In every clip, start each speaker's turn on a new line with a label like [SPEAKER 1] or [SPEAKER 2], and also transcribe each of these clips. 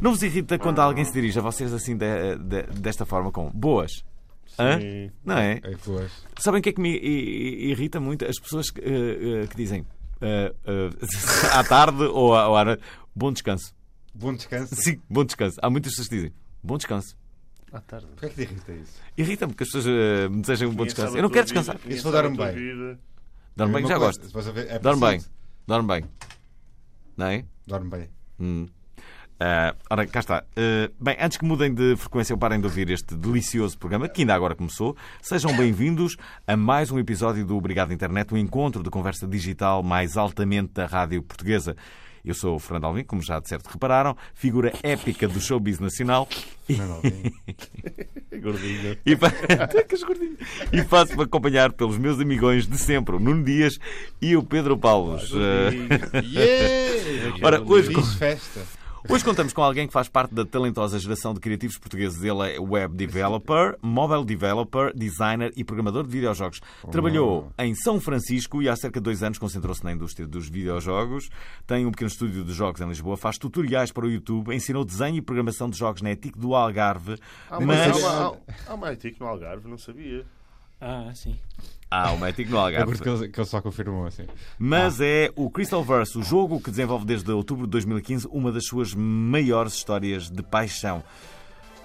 [SPEAKER 1] Não vos irrita quando alguém se dirige a vocês assim de- de- desta forma com boas? Hã?
[SPEAKER 2] Sim.
[SPEAKER 1] Não é?
[SPEAKER 2] É que hoje.
[SPEAKER 1] Sabem o que é que me i- i- irrita muito? As pessoas que, eh, eh, que dizem eh, eh, à tarde ou à, ou à noite bom descanso.
[SPEAKER 2] Bom descanso.
[SPEAKER 1] Sim, bom descanso. Há muitas pessoas que dizem bom descanso.
[SPEAKER 3] À tarde.
[SPEAKER 2] Porquê é que te irrita isso?
[SPEAKER 1] Irrita-me que as pessoas eh, me desejem um bom descanso. Eu não quero descansar.
[SPEAKER 2] Eu sou dar um bem.
[SPEAKER 1] Dorme
[SPEAKER 2] É
[SPEAKER 1] bem,
[SPEAKER 2] uma
[SPEAKER 1] já
[SPEAKER 2] coisa,
[SPEAKER 1] gosto.
[SPEAKER 2] se você ver, é
[SPEAKER 1] Dorme bem.
[SPEAKER 2] preciso.
[SPEAKER 1] Dorme bem. Não é?
[SPEAKER 2] Dorme bem.
[SPEAKER 1] Hum. Ah, ora, cá está. Ah, bem, antes que mudem de frequência ou parem de ouvir este delicioso programa, que ainda agora começou, sejam bem-vindos a mais um episódio do Obrigado Internet, o encontro de conversa digital mais altamente da rádio portuguesa. Eu sou o Fernando Alvim, como já de certo repararam, figura épica do showbiz nacional
[SPEAKER 2] Não, não, bem.
[SPEAKER 3] Gordinho.
[SPEAKER 1] e, fa... Tecas gordinho. e faço-me acompanhar pelos meus amigões de sempre, o Nuno Dias e o Pedro Paulos. Ah,
[SPEAKER 2] yeah!
[SPEAKER 1] Ora, hoje, com-
[SPEAKER 2] Diz festa.
[SPEAKER 1] Hoje contamos com alguém que faz parte da talentosa geração de criativos portugueses. Ele é web developer, mobile developer, designer e programador de videojogos. Trabalhou em São Francisco e há cerca de dois anos concentrou-se na indústria dos videojogos. Tem um pequeno estúdio de jogos em Lisboa, faz tutoriais para o YouTube, ensinou desenho e programação de jogos na ETIC do Algarve.
[SPEAKER 4] Há uma,
[SPEAKER 1] mas...
[SPEAKER 4] há Ah, é uma, há- há uma IT no Algarve, não sabia.
[SPEAKER 3] Ah, sim.
[SPEAKER 1] Ah, uma ETIC no
[SPEAKER 2] É
[SPEAKER 1] Algarve.
[SPEAKER 2] por isso que ele, que ele só confirmou assim.
[SPEAKER 1] Mas é o Crystalverse, o jogo que desenvolve desde outubro de 2015 uma das suas maiores histórias de paixão.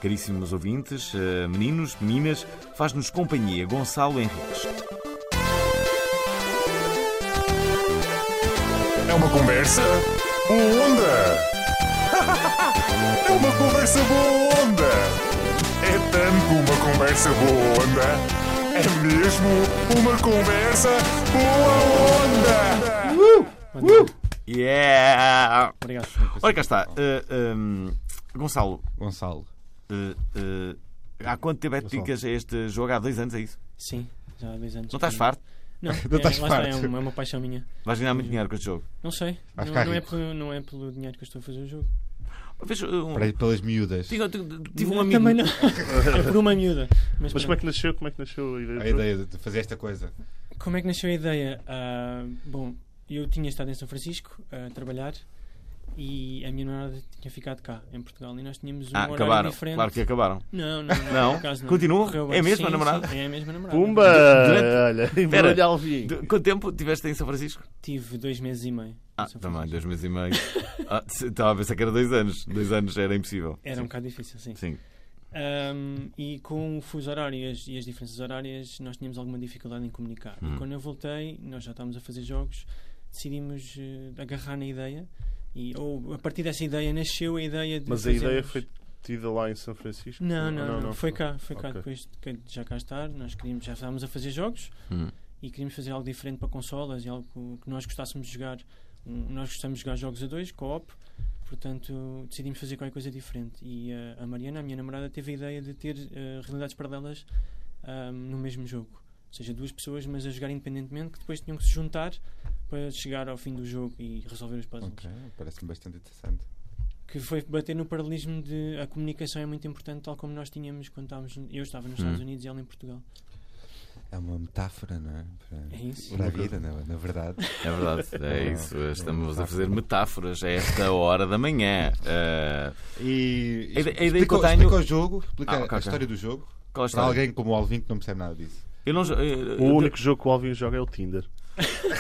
[SPEAKER 1] Caríssimos ouvintes, eh, meninos, meninas, faz-nos companhia Gonçalo Henriques.
[SPEAKER 5] É uma conversa boa onda. É uma conversa boa onda. É tanto uma conversa boa onda. É mesmo uma conversa boa onda.
[SPEAKER 2] Uh!
[SPEAKER 1] Yeah!
[SPEAKER 3] Obrigado.
[SPEAKER 1] Olha cá está. eh, ehm, Gonçalo,
[SPEAKER 2] Gonçalo.
[SPEAKER 1] eh, eh, há quanto tempo é que te
[SPEAKER 2] Gonçalo.
[SPEAKER 1] dedicas a este jogo? Há dois anos, é isso?
[SPEAKER 3] Sim, já há dois anos.
[SPEAKER 1] Não estás
[SPEAKER 3] que-
[SPEAKER 1] farto?
[SPEAKER 3] Não,
[SPEAKER 2] Não
[SPEAKER 3] é,
[SPEAKER 2] estás
[SPEAKER 3] lá está, é
[SPEAKER 2] farto?
[SPEAKER 3] uma, é uma paixão minha.
[SPEAKER 1] Vais ganhar muito dinheiro com este jogo.
[SPEAKER 3] Não sei.
[SPEAKER 2] Vais
[SPEAKER 3] Não,
[SPEAKER 2] ficar
[SPEAKER 3] não é
[SPEAKER 2] rico.
[SPEAKER 3] pelo, não é pelo dinheiro que eu estou a fazer o jogo.
[SPEAKER 1] Vejo, eh, um-
[SPEAKER 2] Para ir pelas miúdas.
[SPEAKER 1] Tive- tive- Tive um
[SPEAKER 3] Não,
[SPEAKER 1] amigo.
[SPEAKER 3] Também não. é por uma miúda. Mas,
[SPEAKER 4] Mas como é
[SPEAKER 3] pronto.
[SPEAKER 4] que nasceu? Como é que nasceu a ideia?
[SPEAKER 2] A ideia de fazer esta coisa.
[SPEAKER 3] Como é que nasceu a ideia? Ah, bom, eu tinha estado em São Francisco a trabalhar e a minha namorada tinha ficado cá, em Portugal, e nós tínhamos um
[SPEAKER 1] Ah,
[SPEAKER 3] horário
[SPEAKER 1] acabaram.
[SPEAKER 3] diferente.
[SPEAKER 1] Claro que acabaram.
[SPEAKER 3] Não, não, não.
[SPEAKER 1] Não?
[SPEAKER 3] por acaso não.
[SPEAKER 1] Continua?
[SPEAKER 3] Correu bem.
[SPEAKER 1] É a mesma
[SPEAKER 3] Sim,
[SPEAKER 1] namorada?
[SPEAKER 3] sim, é a mesma namorada.
[SPEAKER 4] Pumba!
[SPEAKER 5] Ah,
[SPEAKER 1] Durante-
[SPEAKER 4] Olha, embrulha Alvin.
[SPEAKER 1] De- Quanto tempo tiveste em São Francisco?
[SPEAKER 3] Tive dois meses e meio. em
[SPEAKER 1] Ah,
[SPEAKER 3] São
[SPEAKER 1] também,
[SPEAKER 3] Francisco.
[SPEAKER 1] dois meses e meio. Ah, se- Estava a pensar que era dois anos. Dois anos era impossível.
[SPEAKER 3] Era um bocado difícil, sim.
[SPEAKER 1] Sim.
[SPEAKER 3] Um, e com o fuso horário e as, e as diferenças horárias, nós tínhamos alguma dificuldade em comunicar.
[SPEAKER 1] Hum.
[SPEAKER 3] E quando eu voltei, nós já estávamos a fazer jogos, decidimos eh, agarrar na ideia. E, ou a partir dessa ideia nasceu a ideia de.
[SPEAKER 4] Mas a ideia
[SPEAKER 3] fazermos-
[SPEAKER 4] foi tida lá em São Francisco?
[SPEAKER 3] Não, não,
[SPEAKER 4] Ah,
[SPEAKER 3] não, Foi cá, foi cá.
[SPEAKER 4] Ok.
[SPEAKER 3] Depois de que- de já cá estar, nós queríamos, já estávamos a fazer jogos
[SPEAKER 1] Hum.
[SPEAKER 3] e queríamos fazer algo diferente para consolas e algo que nós gostássemos de jogar. Um, Nós gostamos de jogar jogos a dois, co-op, portanto decidimos fazer qualquer coisa diferente. E eh, a Mariana, a minha namorada, teve a ideia de ter eh, realidades paralelas ahm, no mesmo jogo. Ou seja, duas pessoas, mas a jogar independentemente, que depois tinham que se juntar para chegar ao fim do jogo e resolver os puzzles.
[SPEAKER 2] Ok, parece-me bastante interessante.
[SPEAKER 3] Que foi bater no paralelismo de a comunicação é muito importante, tal como nós tínhamos quando estávamos. Eu estava nos
[SPEAKER 1] Hum.
[SPEAKER 3] Estados Unidos e ela em Portugal.
[SPEAKER 2] É uma metáfora, não é? Para,
[SPEAKER 3] É isso.
[SPEAKER 2] para a vida, na, na verdade.
[SPEAKER 1] É verdade, é isso.
[SPEAKER 3] um
[SPEAKER 1] Estamos a fazer metáforas a esta hora da manhã. Ah,
[SPEAKER 2] E
[SPEAKER 1] A ide- a ideia
[SPEAKER 2] explica,
[SPEAKER 1] que eu tenho-
[SPEAKER 2] explica o jogo, explica
[SPEAKER 1] Ah, ok,
[SPEAKER 2] a
[SPEAKER 1] ok.
[SPEAKER 2] história do jogo.
[SPEAKER 1] qual é a
[SPEAKER 2] Para
[SPEAKER 1] história?
[SPEAKER 2] alguém como o Alvin que não percebe nada disso.
[SPEAKER 1] Eu não, jo- eu-
[SPEAKER 4] O único jogo que o Alvin joga é o Tinder.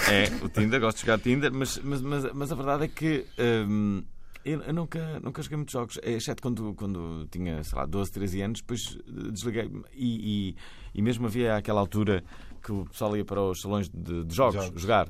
[SPEAKER 1] É, o Tinder, gosto de jogar Tinder, mas, mas, mas, mas a verdade é que hum, eu, eu nunca, nunca joguei muitos jogos, eh, exceto quando, quando tinha, sei lá, 12, 13 anos, depois eh, desliguei-me e, e, e mesmo havia aquela altura que o pessoal ia para os salões de, de jogos,
[SPEAKER 2] Jogos.
[SPEAKER 1] jogar.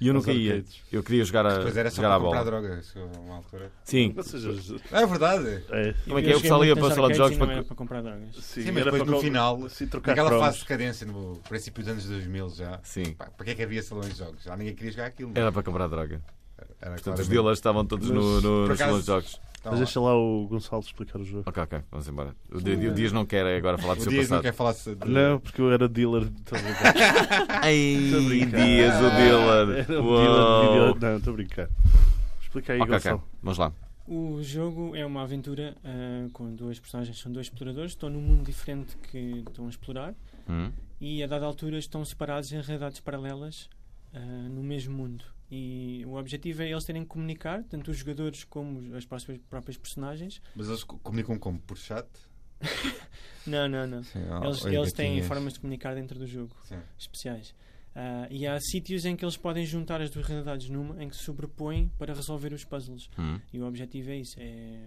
[SPEAKER 1] E eu
[SPEAKER 4] Aos
[SPEAKER 1] nunca ia.
[SPEAKER 4] arcades.
[SPEAKER 1] Eu queria jogar a,
[SPEAKER 2] Pois era só
[SPEAKER 1] Eh, jogar
[SPEAKER 2] para
[SPEAKER 1] à
[SPEAKER 2] comprar
[SPEAKER 1] bola.
[SPEAKER 2] drogas chegou a uma altura.
[SPEAKER 1] Sim.
[SPEAKER 4] Ou seja, é,
[SPEAKER 2] É verdade.
[SPEAKER 1] Como é que
[SPEAKER 3] Eu
[SPEAKER 1] é? O
[SPEAKER 3] cheguei
[SPEAKER 1] pessoal ia
[SPEAKER 3] muito
[SPEAKER 1] para o
[SPEAKER 3] nas
[SPEAKER 1] salão de
[SPEAKER 3] arcades
[SPEAKER 1] jogos
[SPEAKER 3] e não
[SPEAKER 1] para.
[SPEAKER 3] era para comprar drogas.
[SPEAKER 2] Sim, mas depois no final,
[SPEAKER 4] se trocar
[SPEAKER 2] naquela
[SPEAKER 4] cromos.
[SPEAKER 2] fase de decadência, no princípio dos anos 2000 já.
[SPEAKER 1] Sim.
[SPEAKER 2] Pá, para que é que havia salões de jogos? Já ninguém queria jogar aquilo. é?
[SPEAKER 1] Era para comprar droga.
[SPEAKER 2] Era
[SPEAKER 1] Portanto, os
[SPEAKER 2] claramente-
[SPEAKER 1] dealers estavam todos no, no,
[SPEAKER 2] Por
[SPEAKER 1] nos salões
[SPEAKER 2] acaso-
[SPEAKER 1] de jogos.
[SPEAKER 2] Tá
[SPEAKER 4] Mas
[SPEAKER 2] lá.
[SPEAKER 4] deixa lá o Gonçalo explicar o jogo.
[SPEAKER 1] Ok, ok, vamos embora. O, Di- o Dias não quer agora falar do
[SPEAKER 2] O
[SPEAKER 1] seu
[SPEAKER 2] Dias não
[SPEAKER 1] passado.
[SPEAKER 2] quer falar se- de...
[SPEAKER 4] Não, porque eu era dealer. Tô a brincar.
[SPEAKER 1] Ei,
[SPEAKER 4] Tô a brincar.
[SPEAKER 1] Dias, o dealer.
[SPEAKER 4] Era um
[SPEAKER 1] Uou.
[SPEAKER 4] dealer de video... Não, estou a brincar. Explica aí,
[SPEAKER 1] Ok, ok,
[SPEAKER 4] Gonçalo.
[SPEAKER 1] vamos lá.
[SPEAKER 3] O jogo é uma aventura ah, com duas personagens, são dois exploradores, estão num mundo diferente que estão a explorar
[SPEAKER 1] Hum.
[SPEAKER 3] e a dada altura estão separados em realidades paralelas ah, no mesmo mundo. E o objetivo é eles terem que comunicar, tanto os jogadores como as próprias, próprias personagens.
[SPEAKER 2] Mas eles co- comunicam como? Por chat?
[SPEAKER 3] Não, não, não.
[SPEAKER 2] Sim, ó,
[SPEAKER 3] Eles,
[SPEAKER 2] oi,
[SPEAKER 3] eles têm
[SPEAKER 2] Ah, gatinhas.
[SPEAKER 3] formas de comunicar dentro do jogo,
[SPEAKER 2] Sim.
[SPEAKER 3] especiais. Ah, e há sítios em que eles podem juntar as duas realidades numa, em que se sobrepõem para resolver os puzzles.
[SPEAKER 1] Hum.
[SPEAKER 3] E o objetivo é isso: é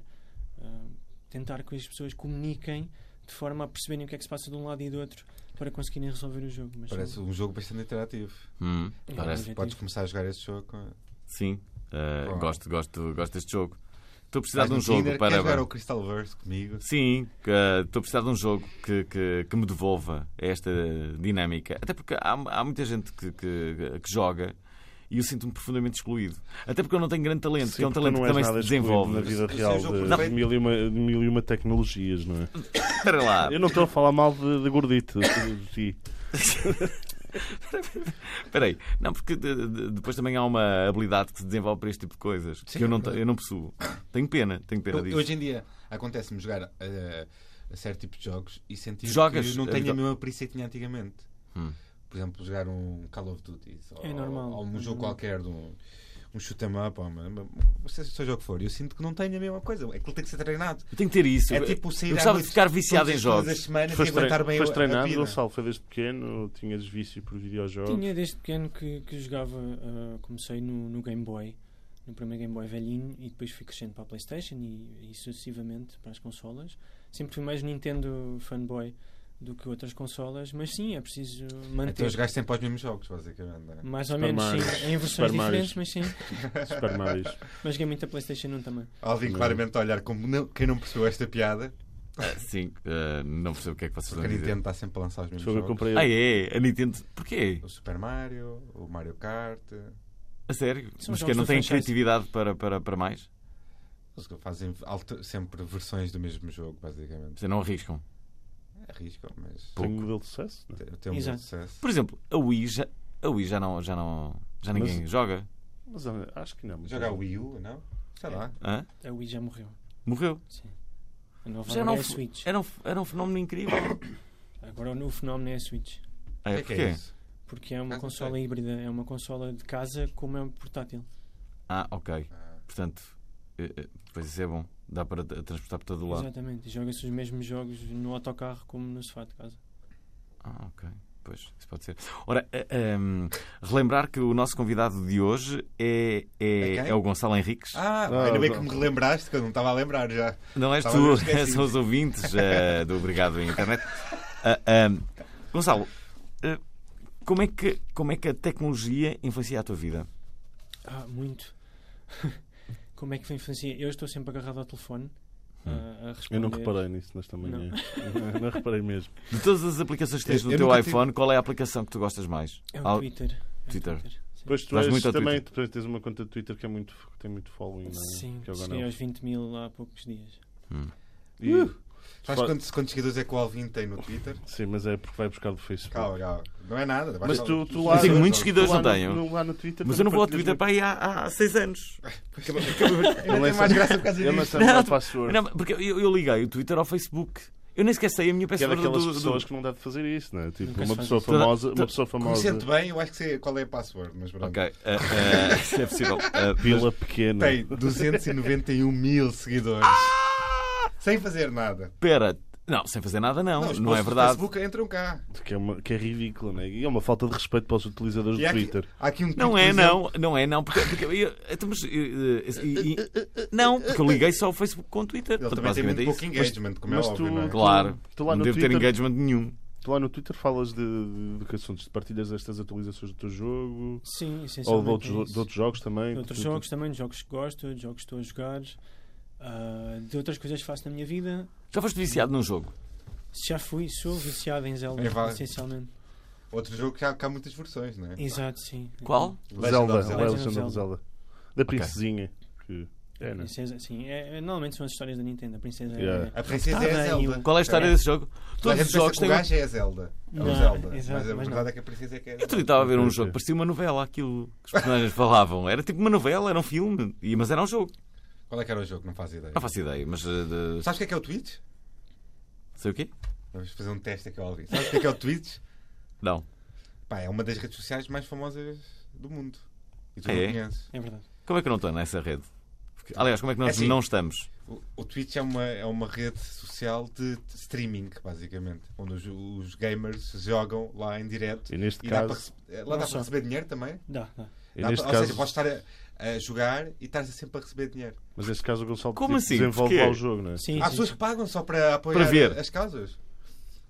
[SPEAKER 3] ah, tentar que as pessoas comuniquem de forma a perceberem o que é que se passa de um lado e do outro para conseguirem resolver o jogo. Mas
[SPEAKER 2] Parece um jogo bastante interativo.
[SPEAKER 1] Hum.
[SPEAKER 3] É,
[SPEAKER 1] Parece.
[SPEAKER 3] objetivo.
[SPEAKER 2] Podes começar a jogar este jogo. com-
[SPEAKER 1] Sim. Uh,
[SPEAKER 2] Claro.
[SPEAKER 1] gosto, gosto, gosto deste jogo. Estou a precisar
[SPEAKER 2] Vais
[SPEAKER 1] de
[SPEAKER 2] no
[SPEAKER 1] um jogo
[SPEAKER 2] Tinder,
[SPEAKER 1] para.
[SPEAKER 2] Queres jogar o Crystal Verse comigo?
[SPEAKER 1] Sim, que, uh, estou a precisar de um jogo que, que, que me devolva esta dinâmica. Até porque há, há muita gente que, que, que joga e eu sinto-me profundamente excluído. Até porque eu não tenho grande talento,
[SPEAKER 4] Sim,
[SPEAKER 1] que é um
[SPEAKER 4] porque
[SPEAKER 1] talento
[SPEAKER 4] não
[SPEAKER 1] que
[SPEAKER 4] és
[SPEAKER 1] também se
[SPEAKER 4] nada excluído
[SPEAKER 1] desenvolve.
[SPEAKER 4] Na vida
[SPEAKER 2] Esse é o
[SPEAKER 4] real
[SPEAKER 2] jogo
[SPEAKER 4] de,
[SPEAKER 2] perfeito.
[SPEAKER 4] mil, e uma, de mil e uma tecnologias, não é?
[SPEAKER 1] Espera
[SPEAKER 2] Ah.
[SPEAKER 1] lá.
[SPEAKER 4] Eu não estou a falar mal de, de gordito, de, de ti.
[SPEAKER 1] Espera aí. Não, porque de- de- depois também há uma habilidade que se desenvolve para este tipo de coisas
[SPEAKER 2] Sim,
[SPEAKER 1] que eu não,
[SPEAKER 2] é
[SPEAKER 1] te-
[SPEAKER 2] verdade.
[SPEAKER 1] eu não possuo. Tenho pena, tenho pena
[SPEAKER 2] Eu-
[SPEAKER 1] disso.
[SPEAKER 2] hoje em dia acontece-me jogar eh, a certo tipo de jogos e sentir
[SPEAKER 1] Jogas?
[SPEAKER 2] que não tenho
[SPEAKER 1] Jo-
[SPEAKER 2] a mesma perícia que tinha antigamente.
[SPEAKER 1] Hum.
[SPEAKER 2] Por exemplo, jogar um Call of Duty ou,
[SPEAKER 3] É normal,
[SPEAKER 2] ou
[SPEAKER 3] é
[SPEAKER 2] um jogo
[SPEAKER 3] normal.
[SPEAKER 2] qualquer de um, um shoot 'em up, ou uma, uma, seja, seja o jogo que for, eu sinto que não tenho a mesma coisa. Aquilo tem que ser treinado.
[SPEAKER 1] Eu tenho que ter isso.
[SPEAKER 2] É
[SPEAKER 1] Eu-
[SPEAKER 2] tipo sair
[SPEAKER 1] eu
[SPEAKER 2] à
[SPEAKER 1] gostava
[SPEAKER 2] noite
[SPEAKER 1] de ficar viciado
[SPEAKER 2] todas
[SPEAKER 1] em
[SPEAKER 2] as- todas
[SPEAKER 1] jogos.
[SPEAKER 2] as semanas e
[SPEAKER 4] Foste, tre-
[SPEAKER 2] aguentar bem
[SPEAKER 4] foste
[SPEAKER 2] a- a
[SPEAKER 4] treinado,
[SPEAKER 2] vida. Então
[SPEAKER 4] Gonçalo? Foi desde pequeno? Tinhas vício por videojogos?
[SPEAKER 3] Tinha desde pequeno que, que jogava, ah, comecei no, no Game Boy, no primeiro Game Boy velhinho, e depois fui crescendo para a PlayStation e, e sucessivamente para as consolas. Sempre fui mais Nintendo fanboy do que outras consolas, mas sim, é preciso manter.
[SPEAKER 2] Então jogaste sempre aos mesmos jogos, basicamente. não é?
[SPEAKER 3] mais ou
[SPEAKER 4] Super
[SPEAKER 3] menos,
[SPEAKER 4] Mario.
[SPEAKER 3] sim, em versões
[SPEAKER 4] Super Mario.
[SPEAKER 3] diferentes, mas sim.
[SPEAKER 4] Super Mario.
[SPEAKER 3] Mas joguei muito a PlayStation 1 também.
[SPEAKER 2] Alvin
[SPEAKER 4] Não.
[SPEAKER 2] claramente a olhar como não- quem não percebeu esta piada,
[SPEAKER 1] Sim, eh, não percebo o que é que vocês estão
[SPEAKER 2] porque a
[SPEAKER 1] a dizer.
[SPEAKER 2] Nintendo está sempre a lançar os mesmos
[SPEAKER 4] Foi o que eu
[SPEAKER 2] jogos.
[SPEAKER 4] comprei.
[SPEAKER 1] Ah, é? A Nintendo. Porquê?
[SPEAKER 2] O Super Mario, o Mario Kart,
[SPEAKER 1] A sério?
[SPEAKER 3] São
[SPEAKER 1] Mas
[SPEAKER 3] jogos
[SPEAKER 1] que não
[SPEAKER 3] do
[SPEAKER 1] têm
[SPEAKER 3] franchise.
[SPEAKER 1] criatividade para, para, para mais?
[SPEAKER 2] eles fazem alter- sempre versões do mesmo jogo, basicamente.
[SPEAKER 1] Vocês não arriscam.
[SPEAKER 2] Arriscam, mas
[SPEAKER 1] pouco.
[SPEAKER 4] Tenho um modelo de sucesso? não é?
[SPEAKER 2] te- tem um bom
[SPEAKER 3] Exato.
[SPEAKER 2] sucesso.
[SPEAKER 1] Por exemplo, a Wii já, a Wii já não. Já, não, já ninguém joga.
[SPEAKER 4] Mas olha, acho que não.
[SPEAKER 2] Joga a Wii U, não? Sei lá.
[SPEAKER 1] Hã?
[SPEAKER 3] A Wii já morreu.
[SPEAKER 1] Morreu.
[SPEAKER 3] Sim. A nova
[SPEAKER 1] Mas era
[SPEAKER 3] agora
[SPEAKER 1] um,
[SPEAKER 3] é a
[SPEAKER 1] fe-
[SPEAKER 3] Switch.
[SPEAKER 1] era, um, era um fenómeno incrível.
[SPEAKER 3] Agora o novo fenómeno é a Switch.
[SPEAKER 2] O
[SPEAKER 1] É,
[SPEAKER 2] é que é que
[SPEAKER 1] porquê?
[SPEAKER 2] é isso?
[SPEAKER 3] Porque é uma
[SPEAKER 2] Ah, não
[SPEAKER 3] consola
[SPEAKER 2] sei.
[SPEAKER 3] híbrida, é uma consola de casa como é um portátil.
[SPEAKER 1] Ah, ok.
[SPEAKER 2] Ah,
[SPEAKER 1] Portanto, eh, eh, pois isso é bom. Dá para t- transportar para todo o lado.
[SPEAKER 3] Exatamente. E Joga-se os mesmos jogos no autocarro como no sofá de casa.
[SPEAKER 1] Ah, ok. Pois, isso pode ser. Ora, eh, ehm, relembrar que o nosso convidado de hoje é, é,
[SPEAKER 2] É quem?
[SPEAKER 1] é o Gonçalo Henriques.
[SPEAKER 2] Ah,
[SPEAKER 4] Ah,
[SPEAKER 2] ainda bem
[SPEAKER 4] não.
[SPEAKER 2] que me relembraste, que eu não estava a lembrar já.
[SPEAKER 1] Não és
[SPEAKER 2] Estava a
[SPEAKER 1] tu,
[SPEAKER 2] ver, esqueci-me.
[SPEAKER 1] são os ouvintes eh, do Obrigado à Internet. Ah, ahm, Gonçalo, eh, como, é que, como é que a tecnologia influencia a tua vida?
[SPEAKER 3] Ah, muito. como é que foi a infância? Eu estou sempre agarrado ao telefone a, a responder.
[SPEAKER 4] Eu não reparei nisso nesta manhã. Não, reparei mesmo.
[SPEAKER 1] De todas as aplicações que tens
[SPEAKER 2] Eu-
[SPEAKER 1] no
[SPEAKER 2] eu
[SPEAKER 1] teu
[SPEAKER 2] nunca tive-
[SPEAKER 1] iPhone, qual é a aplicação que tu gostas mais?
[SPEAKER 3] É o
[SPEAKER 1] Al-
[SPEAKER 3] Twitter. É o
[SPEAKER 1] Twitter.
[SPEAKER 3] Sim.
[SPEAKER 4] Depois tu
[SPEAKER 1] Dás
[SPEAKER 4] és
[SPEAKER 1] muito ao
[SPEAKER 4] também depois tens uma conta de Twitter que é muito, que tem muito following, não é?
[SPEAKER 3] Sim,
[SPEAKER 4] Que agora
[SPEAKER 3] cheguei
[SPEAKER 4] não.
[SPEAKER 3] aos 20 mil há poucos dias.
[SPEAKER 1] Hum.
[SPEAKER 4] E,
[SPEAKER 2] Sabes quantos, quantos seguidores é que o Alvin tem no Twitter?
[SPEAKER 4] Sim, mas é porque vai buscar do Facebook.
[SPEAKER 2] Calma, calma. Não é nada.
[SPEAKER 4] Mas
[SPEAKER 2] basta-
[SPEAKER 4] tu, tu
[SPEAKER 1] Eu
[SPEAKER 4] lá.
[SPEAKER 1] tenho
[SPEAKER 4] tu
[SPEAKER 1] muitos seguidores, não
[SPEAKER 4] lá no-
[SPEAKER 1] tenho.
[SPEAKER 4] no- lá no Twitter
[SPEAKER 1] Mas eu
[SPEAKER 4] também
[SPEAKER 1] não vou ao
[SPEAKER 4] partilhas
[SPEAKER 1] Twitter para aí há, há seis anos.
[SPEAKER 2] Acaba- acaba- Ainda tem mais graça por causa
[SPEAKER 4] muito. Eu
[SPEAKER 2] disso.
[SPEAKER 4] lançava uma
[SPEAKER 1] Não,
[SPEAKER 4] password.
[SPEAKER 1] Não, porque eu, eu liguei o Twitter ao Facebook. Eu nem sequer sei a minha
[SPEAKER 4] que é
[SPEAKER 1] password
[SPEAKER 4] daquelas
[SPEAKER 1] do,
[SPEAKER 4] pessoas
[SPEAKER 1] do...
[SPEAKER 4] que não deve fazer isso, né? Tipo,
[SPEAKER 3] Nunca
[SPEAKER 4] uma
[SPEAKER 3] se faz
[SPEAKER 4] pessoa,
[SPEAKER 3] isso.
[SPEAKER 4] famosa,
[SPEAKER 1] Toda-
[SPEAKER 4] uma pessoa
[SPEAKER 2] Me
[SPEAKER 4] famosa.
[SPEAKER 2] sente bem, eu acho que sei qual é a password, mas pronto.
[SPEAKER 1] Ok, eh, eh, se é possível. Eh,
[SPEAKER 4] Vila pequena.
[SPEAKER 2] Tem 291 mil seguidores.
[SPEAKER 4] Ah!
[SPEAKER 2] Sem fazer nada.
[SPEAKER 1] Espera, não, sem fazer nada não, não,
[SPEAKER 2] os posts
[SPEAKER 1] é
[SPEAKER 2] do
[SPEAKER 1] verdade.
[SPEAKER 2] Facebook entram cá.
[SPEAKER 4] Que é, uma, que é ridículo, né? E é uma falta de respeito para os utilizadores
[SPEAKER 2] E
[SPEAKER 4] do
[SPEAKER 2] há aqui,
[SPEAKER 4] Twitter.
[SPEAKER 2] há aqui um tipo,
[SPEAKER 1] Não
[SPEAKER 2] por
[SPEAKER 1] é
[SPEAKER 2] exemplo,
[SPEAKER 1] não, não é não, porque, porque eu, eu- então, mas, eh, eh, e- e- não, porque eu liguei só ao Facebook com o Twitter.
[SPEAKER 2] Ele
[SPEAKER 1] Portanto,
[SPEAKER 2] também tem muito
[SPEAKER 1] basicamente é
[SPEAKER 2] pouco
[SPEAKER 1] isso.
[SPEAKER 2] engagement, como é
[SPEAKER 4] mas
[SPEAKER 2] óbvio,
[SPEAKER 4] tu-
[SPEAKER 2] não é?
[SPEAKER 1] Claro,
[SPEAKER 4] Tu lá
[SPEAKER 1] não
[SPEAKER 4] no
[SPEAKER 1] devo ter
[SPEAKER 4] Twitter-
[SPEAKER 1] engagement nenhum.
[SPEAKER 4] Tu lá no Twitter falas de, de, de que assuntos, de partilhas estas atualizações do teu jogo
[SPEAKER 3] Sim, essencialmente.
[SPEAKER 4] ou de
[SPEAKER 3] é
[SPEAKER 4] outros,
[SPEAKER 3] isso.
[SPEAKER 4] de outros jogos também.
[SPEAKER 3] De outros
[SPEAKER 4] Tu- tu-
[SPEAKER 3] jogos também, de jogos que gosto, de jogos que estou a jogar, ah, de outras coisas que faço na minha vida.
[SPEAKER 1] Já foste viciado num jogo?
[SPEAKER 3] Já fui, sou viciado em Zelda,
[SPEAKER 4] É
[SPEAKER 2] Em vários.
[SPEAKER 3] essencialmente.
[SPEAKER 2] Outro jogo que há, que há muitas versões, não é?
[SPEAKER 3] Exato, sim.
[SPEAKER 1] Qual?
[SPEAKER 4] Zelda,
[SPEAKER 2] Legend of Zelda.
[SPEAKER 4] Legend of Zelda. Da princesinha. Que... É, né?
[SPEAKER 3] Princesa, sim. É, é- normalmente são as histórias da Nintendo. A princesa
[SPEAKER 4] Yeah.
[SPEAKER 3] é.
[SPEAKER 2] A princesa é a
[SPEAKER 3] Ah, bem,
[SPEAKER 2] Zelda.
[SPEAKER 1] Qual é a história
[SPEAKER 3] É.
[SPEAKER 1] desse jogo?
[SPEAKER 2] Toda a
[SPEAKER 1] Todos os
[SPEAKER 2] gente pensa
[SPEAKER 1] jogos
[SPEAKER 2] que o
[SPEAKER 1] têm. um-
[SPEAKER 2] gajo é a Zelda. É o
[SPEAKER 3] Não,
[SPEAKER 2] Zelda.
[SPEAKER 3] exato,
[SPEAKER 2] Mas a
[SPEAKER 3] mas não.
[SPEAKER 2] verdade é que a princesa é que é a
[SPEAKER 1] Eu outro dia
[SPEAKER 2] Zelda.
[SPEAKER 1] estava a ver um jogo, parecia uma novela aquilo que os personagens falavam. Era tipo uma novela, era um filme, e- mas era um jogo.
[SPEAKER 2] Qual é que era o jogo? Não faz ideia.
[SPEAKER 1] Não faço ideia, mas. eh, de-
[SPEAKER 2] Sabes o que é que é o Twitch?
[SPEAKER 1] Sei o quê?
[SPEAKER 2] Vamos fazer um teste aqui ao Alvin. Sabes o que é que é o Twitch?
[SPEAKER 1] Não.
[SPEAKER 2] Pá, é uma das redes sociais mais famosas do mundo. E tu
[SPEAKER 1] É?
[SPEAKER 2] não conheces.
[SPEAKER 3] É verdade.
[SPEAKER 1] Como é que eu não estou nessa rede? Porque, aliás, como é que nós
[SPEAKER 2] É assim.
[SPEAKER 1] não estamos?
[SPEAKER 2] O, o Twitch é uma, é uma rede social de de streaming, basicamente, onde os, os gamers jogam lá em direto.
[SPEAKER 4] E neste
[SPEAKER 2] E dá para,
[SPEAKER 4] caso,
[SPEAKER 2] rece- eh, lá
[SPEAKER 3] Não
[SPEAKER 2] dá
[SPEAKER 3] só.
[SPEAKER 2] para receber dinheiro também.
[SPEAKER 3] Dá, dá.
[SPEAKER 4] e
[SPEAKER 2] Dá
[SPEAKER 4] neste
[SPEAKER 2] para- ou
[SPEAKER 4] caso
[SPEAKER 2] seja, podes estar a, a jogar e estás sempre a receber dinheiro.
[SPEAKER 4] mas neste caso o Gonçalo
[SPEAKER 1] Como
[SPEAKER 4] tipo,
[SPEAKER 1] assim?
[SPEAKER 4] desenvolve
[SPEAKER 1] Porquê?
[SPEAKER 4] lá o jogo, né?
[SPEAKER 3] Sim,
[SPEAKER 2] Há
[SPEAKER 3] sim.
[SPEAKER 2] pessoas que pagam só para apoiar
[SPEAKER 1] Para ver.
[SPEAKER 2] as causas.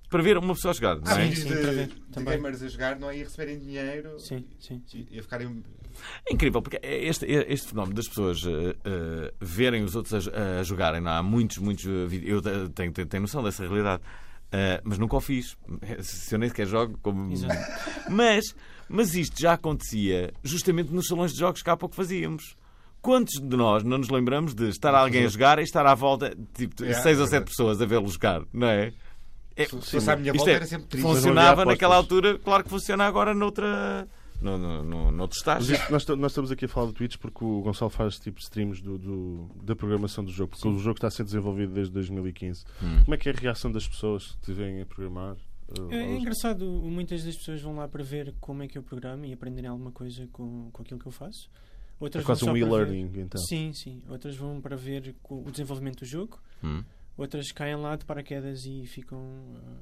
[SPEAKER 1] Para ver uma pessoa jogar, não
[SPEAKER 2] Há
[SPEAKER 1] é?
[SPEAKER 2] vídeos
[SPEAKER 3] sim,
[SPEAKER 2] de,
[SPEAKER 3] para ver
[SPEAKER 2] de
[SPEAKER 3] também.
[SPEAKER 2] gamers a jogar, não é? E a receberem dinheiro
[SPEAKER 3] Sim, sim.
[SPEAKER 2] e, e a ficarem.
[SPEAKER 1] É incrível, porque este, é este fenómeno das pessoas eh, eh, verem os outros a, a jogarem, não há muitos, muitos eh, vídeos. Eu te- tenho, tenho, tenho noção dessa realidade, Eh, mas nunca o fiz. Se eu nem sequer jogo, como.
[SPEAKER 3] Exato.
[SPEAKER 1] Mas, mas isto já acontecia justamente nos salões de jogos que há pouco fazíamos. Quantos de nós não nos lembramos de estar alguém a jogar e estar à volta, tipo,
[SPEAKER 2] Yeah,
[SPEAKER 1] seis
[SPEAKER 2] é
[SPEAKER 1] ou sete
[SPEAKER 2] verdade.
[SPEAKER 1] pessoas a vê-lo jogar, não é? É,
[SPEAKER 2] Se fosse à minha
[SPEAKER 1] isto
[SPEAKER 2] volta,
[SPEAKER 1] é,
[SPEAKER 2] era sempre triste.
[SPEAKER 4] funciona-
[SPEAKER 1] funcionava
[SPEAKER 4] apostas.
[SPEAKER 1] naquela altura, claro que funciona agora noutra. No, no, no, noutro
[SPEAKER 4] Mas
[SPEAKER 1] estágio.
[SPEAKER 4] isto- nós, to- nós estamos aqui a falar de Twitch porque o Gonçalo faz tipo streams do, do- da programação do jogo, porque o jogo está a ser desenvolvido desde 2015.
[SPEAKER 1] Hum,
[SPEAKER 4] Como é que é a reação das pessoas que te vêm a programar?
[SPEAKER 3] É, é
[SPEAKER 4] Ou-
[SPEAKER 3] engraçado, muitas das pessoas vão lá para ver como é que eu programo e aprenderem alguma coisa com, com aquilo que eu faço. Outras
[SPEAKER 4] É quase
[SPEAKER 3] vão
[SPEAKER 4] um
[SPEAKER 3] só para ver-
[SPEAKER 4] e-learning, então.
[SPEAKER 3] Sim, sim. Outras vão para ver co- o desenvolvimento do jogo.
[SPEAKER 1] Hum.
[SPEAKER 3] Outras caem lá de paraquedas e ficam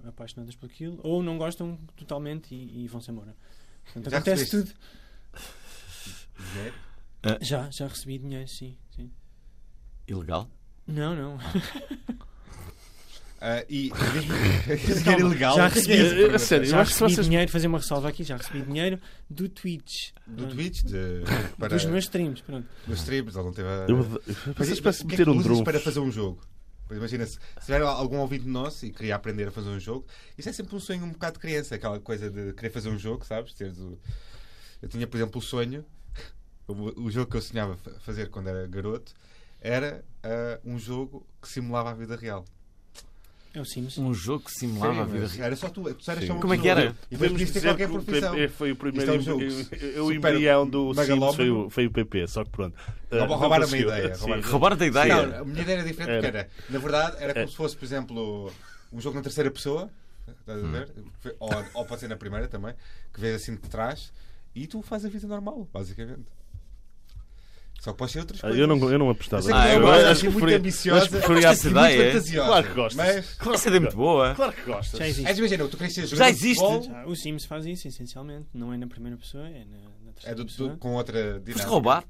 [SPEAKER 3] ah, apaixonadas por aquilo. Ou não gostam totalmente e, e vão-se embora. Portanto,
[SPEAKER 2] Já
[SPEAKER 3] acontece
[SPEAKER 2] recebeste?
[SPEAKER 3] tudo.
[SPEAKER 2] Dinheiro.
[SPEAKER 3] Já, já recebi dinheiro, sim. sim.
[SPEAKER 1] Ilegal?
[SPEAKER 3] Não, não.
[SPEAKER 2] Ah, e diz-me dinheiro ilegal.
[SPEAKER 3] já
[SPEAKER 2] O que é que é
[SPEAKER 3] recebi-
[SPEAKER 2] isso?
[SPEAKER 4] É, é sério, eu
[SPEAKER 3] Já
[SPEAKER 4] acho que
[SPEAKER 3] recebi
[SPEAKER 4] vocês.
[SPEAKER 3] dinheiro, fazer uma ressalva aqui, já recebi dinheiro do Twitch.
[SPEAKER 2] Do
[SPEAKER 3] Ah,
[SPEAKER 2] Twitch, de, para,
[SPEAKER 3] Dos meus streams, pronto.
[SPEAKER 2] dos streams, ele não teve a...
[SPEAKER 4] Eu ode- Vocês parecem
[SPEAKER 2] o que é
[SPEAKER 4] meter
[SPEAKER 2] que
[SPEAKER 4] um
[SPEAKER 2] usas
[SPEAKER 4] drone.
[SPEAKER 2] para fazer um jogo? Pois Imagina, se se tiver algum ouvido nosso e queria aprender a fazer um jogo, isso é sempre um sonho um bocado de criança, aquela coisa de querer fazer um jogo, sabes? Teres o- Eu tinha, por exemplo, o sonho, o, o jogo que eu sonhava fa- fazer quando era garoto, era ah, um jogo que simulava a vida real.
[SPEAKER 3] É o Sims.
[SPEAKER 1] Um jogo que simulava
[SPEAKER 2] Sério,
[SPEAKER 1] a vida
[SPEAKER 2] mas
[SPEAKER 1] real.
[SPEAKER 2] Era só tu, tu eras
[SPEAKER 1] Sim.
[SPEAKER 2] só uma
[SPEAKER 1] Como é que
[SPEAKER 2] pessoa.
[SPEAKER 1] era?
[SPEAKER 2] E depois podias ter qualquer profissão.
[SPEAKER 4] PP foi é o primeiro.
[SPEAKER 2] Isto é um jogo.
[SPEAKER 4] em- é o
[SPEAKER 2] Super
[SPEAKER 4] embrião do Sims
[SPEAKER 2] megalómano.
[SPEAKER 4] foi, o- foi o PP, só que pronto. Ah,
[SPEAKER 2] Rouba-
[SPEAKER 4] não
[SPEAKER 2] roubaram uma
[SPEAKER 4] conseguiu.
[SPEAKER 2] ideia,
[SPEAKER 4] Sim. Ah,
[SPEAKER 2] roubaram.
[SPEAKER 1] Roubar-te a ideia.
[SPEAKER 2] Não, a minha ideia era diferente porque era. Na verdade, era
[SPEAKER 4] É.
[SPEAKER 2] como se fosse, por exemplo, um jogo na terceira pessoa, estás a
[SPEAKER 4] Hum.
[SPEAKER 2] ver? Ou, ou pode ser na primeira também, que vês assim de trás e tu fazes a vida normal, basicamente. Só que podes ser outras
[SPEAKER 4] Ah,
[SPEAKER 2] coisas.
[SPEAKER 4] eu, não, eu não apostava.
[SPEAKER 2] Eu sei que
[SPEAKER 1] Ah,
[SPEAKER 2] é
[SPEAKER 1] eu
[SPEAKER 2] uma
[SPEAKER 1] acho
[SPEAKER 2] imagem muito
[SPEAKER 4] preferia-
[SPEAKER 2] ambiciosa
[SPEAKER 4] acho que preferia-
[SPEAKER 1] Essa
[SPEAKER 2] e
[SPEAKER 1] ideia
[SPEAKER 2] muito
[SPEAKER 1] é?
[SPEAKER 2] fantasiosa.
[SPEAKER 4] Claro que gostas.
[SPEAKER 2] Mas,
[SPEAKER 4] Claro
[SPEAKER 1] Essa
[SPEAKER 4] que
[SPEAKER 1] ideia é muito boa.
[SPEAKER 4] Claro que gostas.
[SPEAKER 3] Já existe.
[SPEAKER 2] mas imagina, tu queres ser jogador
[SPEAKER 1] Já
[SPEAKER 2] de
[SPEAKER 1] existe?
[SPEAKER 2] futebol,
[SPEAKER 3] Ah, o Sims faz isso, essencialmente. Não é na primeira pessoa, é na, na
[SPEAKER 2] É
[SPEAKER 3] terceira
[SPEAKER 2] do,
[SPEAKER 3] pessoa.
[SPEAKER 2] do- com outra
[SPEAKER 1] Foste
[SPEAKER 2] dinâmica.
[SPEAKER 1] roubar?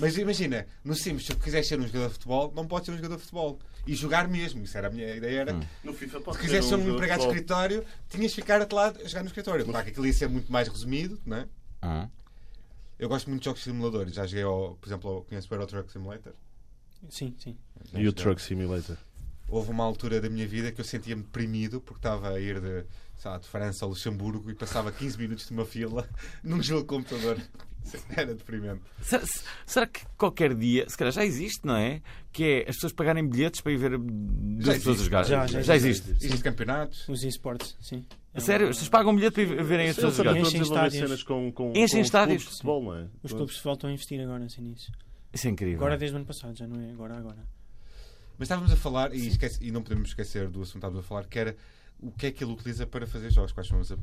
[SPEAKER 2] Mas imagina, no Sims, se tu quiseres ser um jogador de futebol, não podes ser um jogador de futebol. E jogar mesmo, isso era a minha ideia. Era,
[SPEAKER 1] Hum.
[SPEAKER 4] No FIFA pode
[SPEAKER 2] Se quisesse ser
[SPEAKER 4] jogo
[SPEAKER 2] um empregado de
[SPEAKER 4] futebol.
[SPEAKER 2] escritório, tinhas de ficar até lá a jogar no escritório. Claro que aquilo ia ser muito mais resumido, não é?
[SPEAKER 1] Ah.
[SPEAKER 2] Eu gosto muito de jogos de simuladores. Já joguei, ao, por exemplo, ao- conheço o Euro Truck Simulator.
[SPEAKER 3] Sim, sim.
[SPEAKER 2] Já
[SPEAKER 4] E o
[SPEAKER 2] joguei.
[SPEAKER 4] Truck Simulator.
[SPEAKER 2] Houve uma altura da minha vida que eu sentia-me deprimido porque estava a ir de, sei lá, de França ao Luxemburgo e passava 15 minutos numa fila num jogo de computador. Sim, Era deprimente.
[SPEAKER 1] Será, se- será que qualquer dia, se calhar já existe, não é? Que é as pessoas pagarem bilhetes para ir ver duas pessoas a
[SPEAKER 2] existe.
[SPEAKER 1] jogar.
[SPEAKER 3] Já, já
[SPEAKER 1] existe.
[SPEAKER 2] Existem campeonatos.
[SPEAKER 3] Os esportes, sim. É
[SPEAKER 1] A Sério, as pessoas pagam um bilhete para ir verem as
[SPEAKER 4] Eles
[SPEAKER 1] pessoas a
[SPEAKER 4] também
[SPEAKER 1] jogar.
[SPEAKER 3] Enchem
[SPEAKER 4] estão a desenvolver
[SPEAKER 3] estádios.
[SPEAKER 4] cenas com, com,
[SPEAKER 1] Enchem
[SPEAKER 4] com os
[SPEAKER 1] estádios.
[SPEAKER 4] clubes de futebol, não é?
[SPEAKER 3] Os clubes de futebol estão a investir agora assim nisso.
[SPEAKER 1] Isso é incrível.
[SPEAKER 3] Agora desde o ano passado, já não é agora, agora.
[SPEAKER 2] Mas estávamos a falar, e, esquece- e não podemos esquecer do assunto que estávamos a falar, que era o que é que ele utiliza para fazer jogos. Quais são as ap-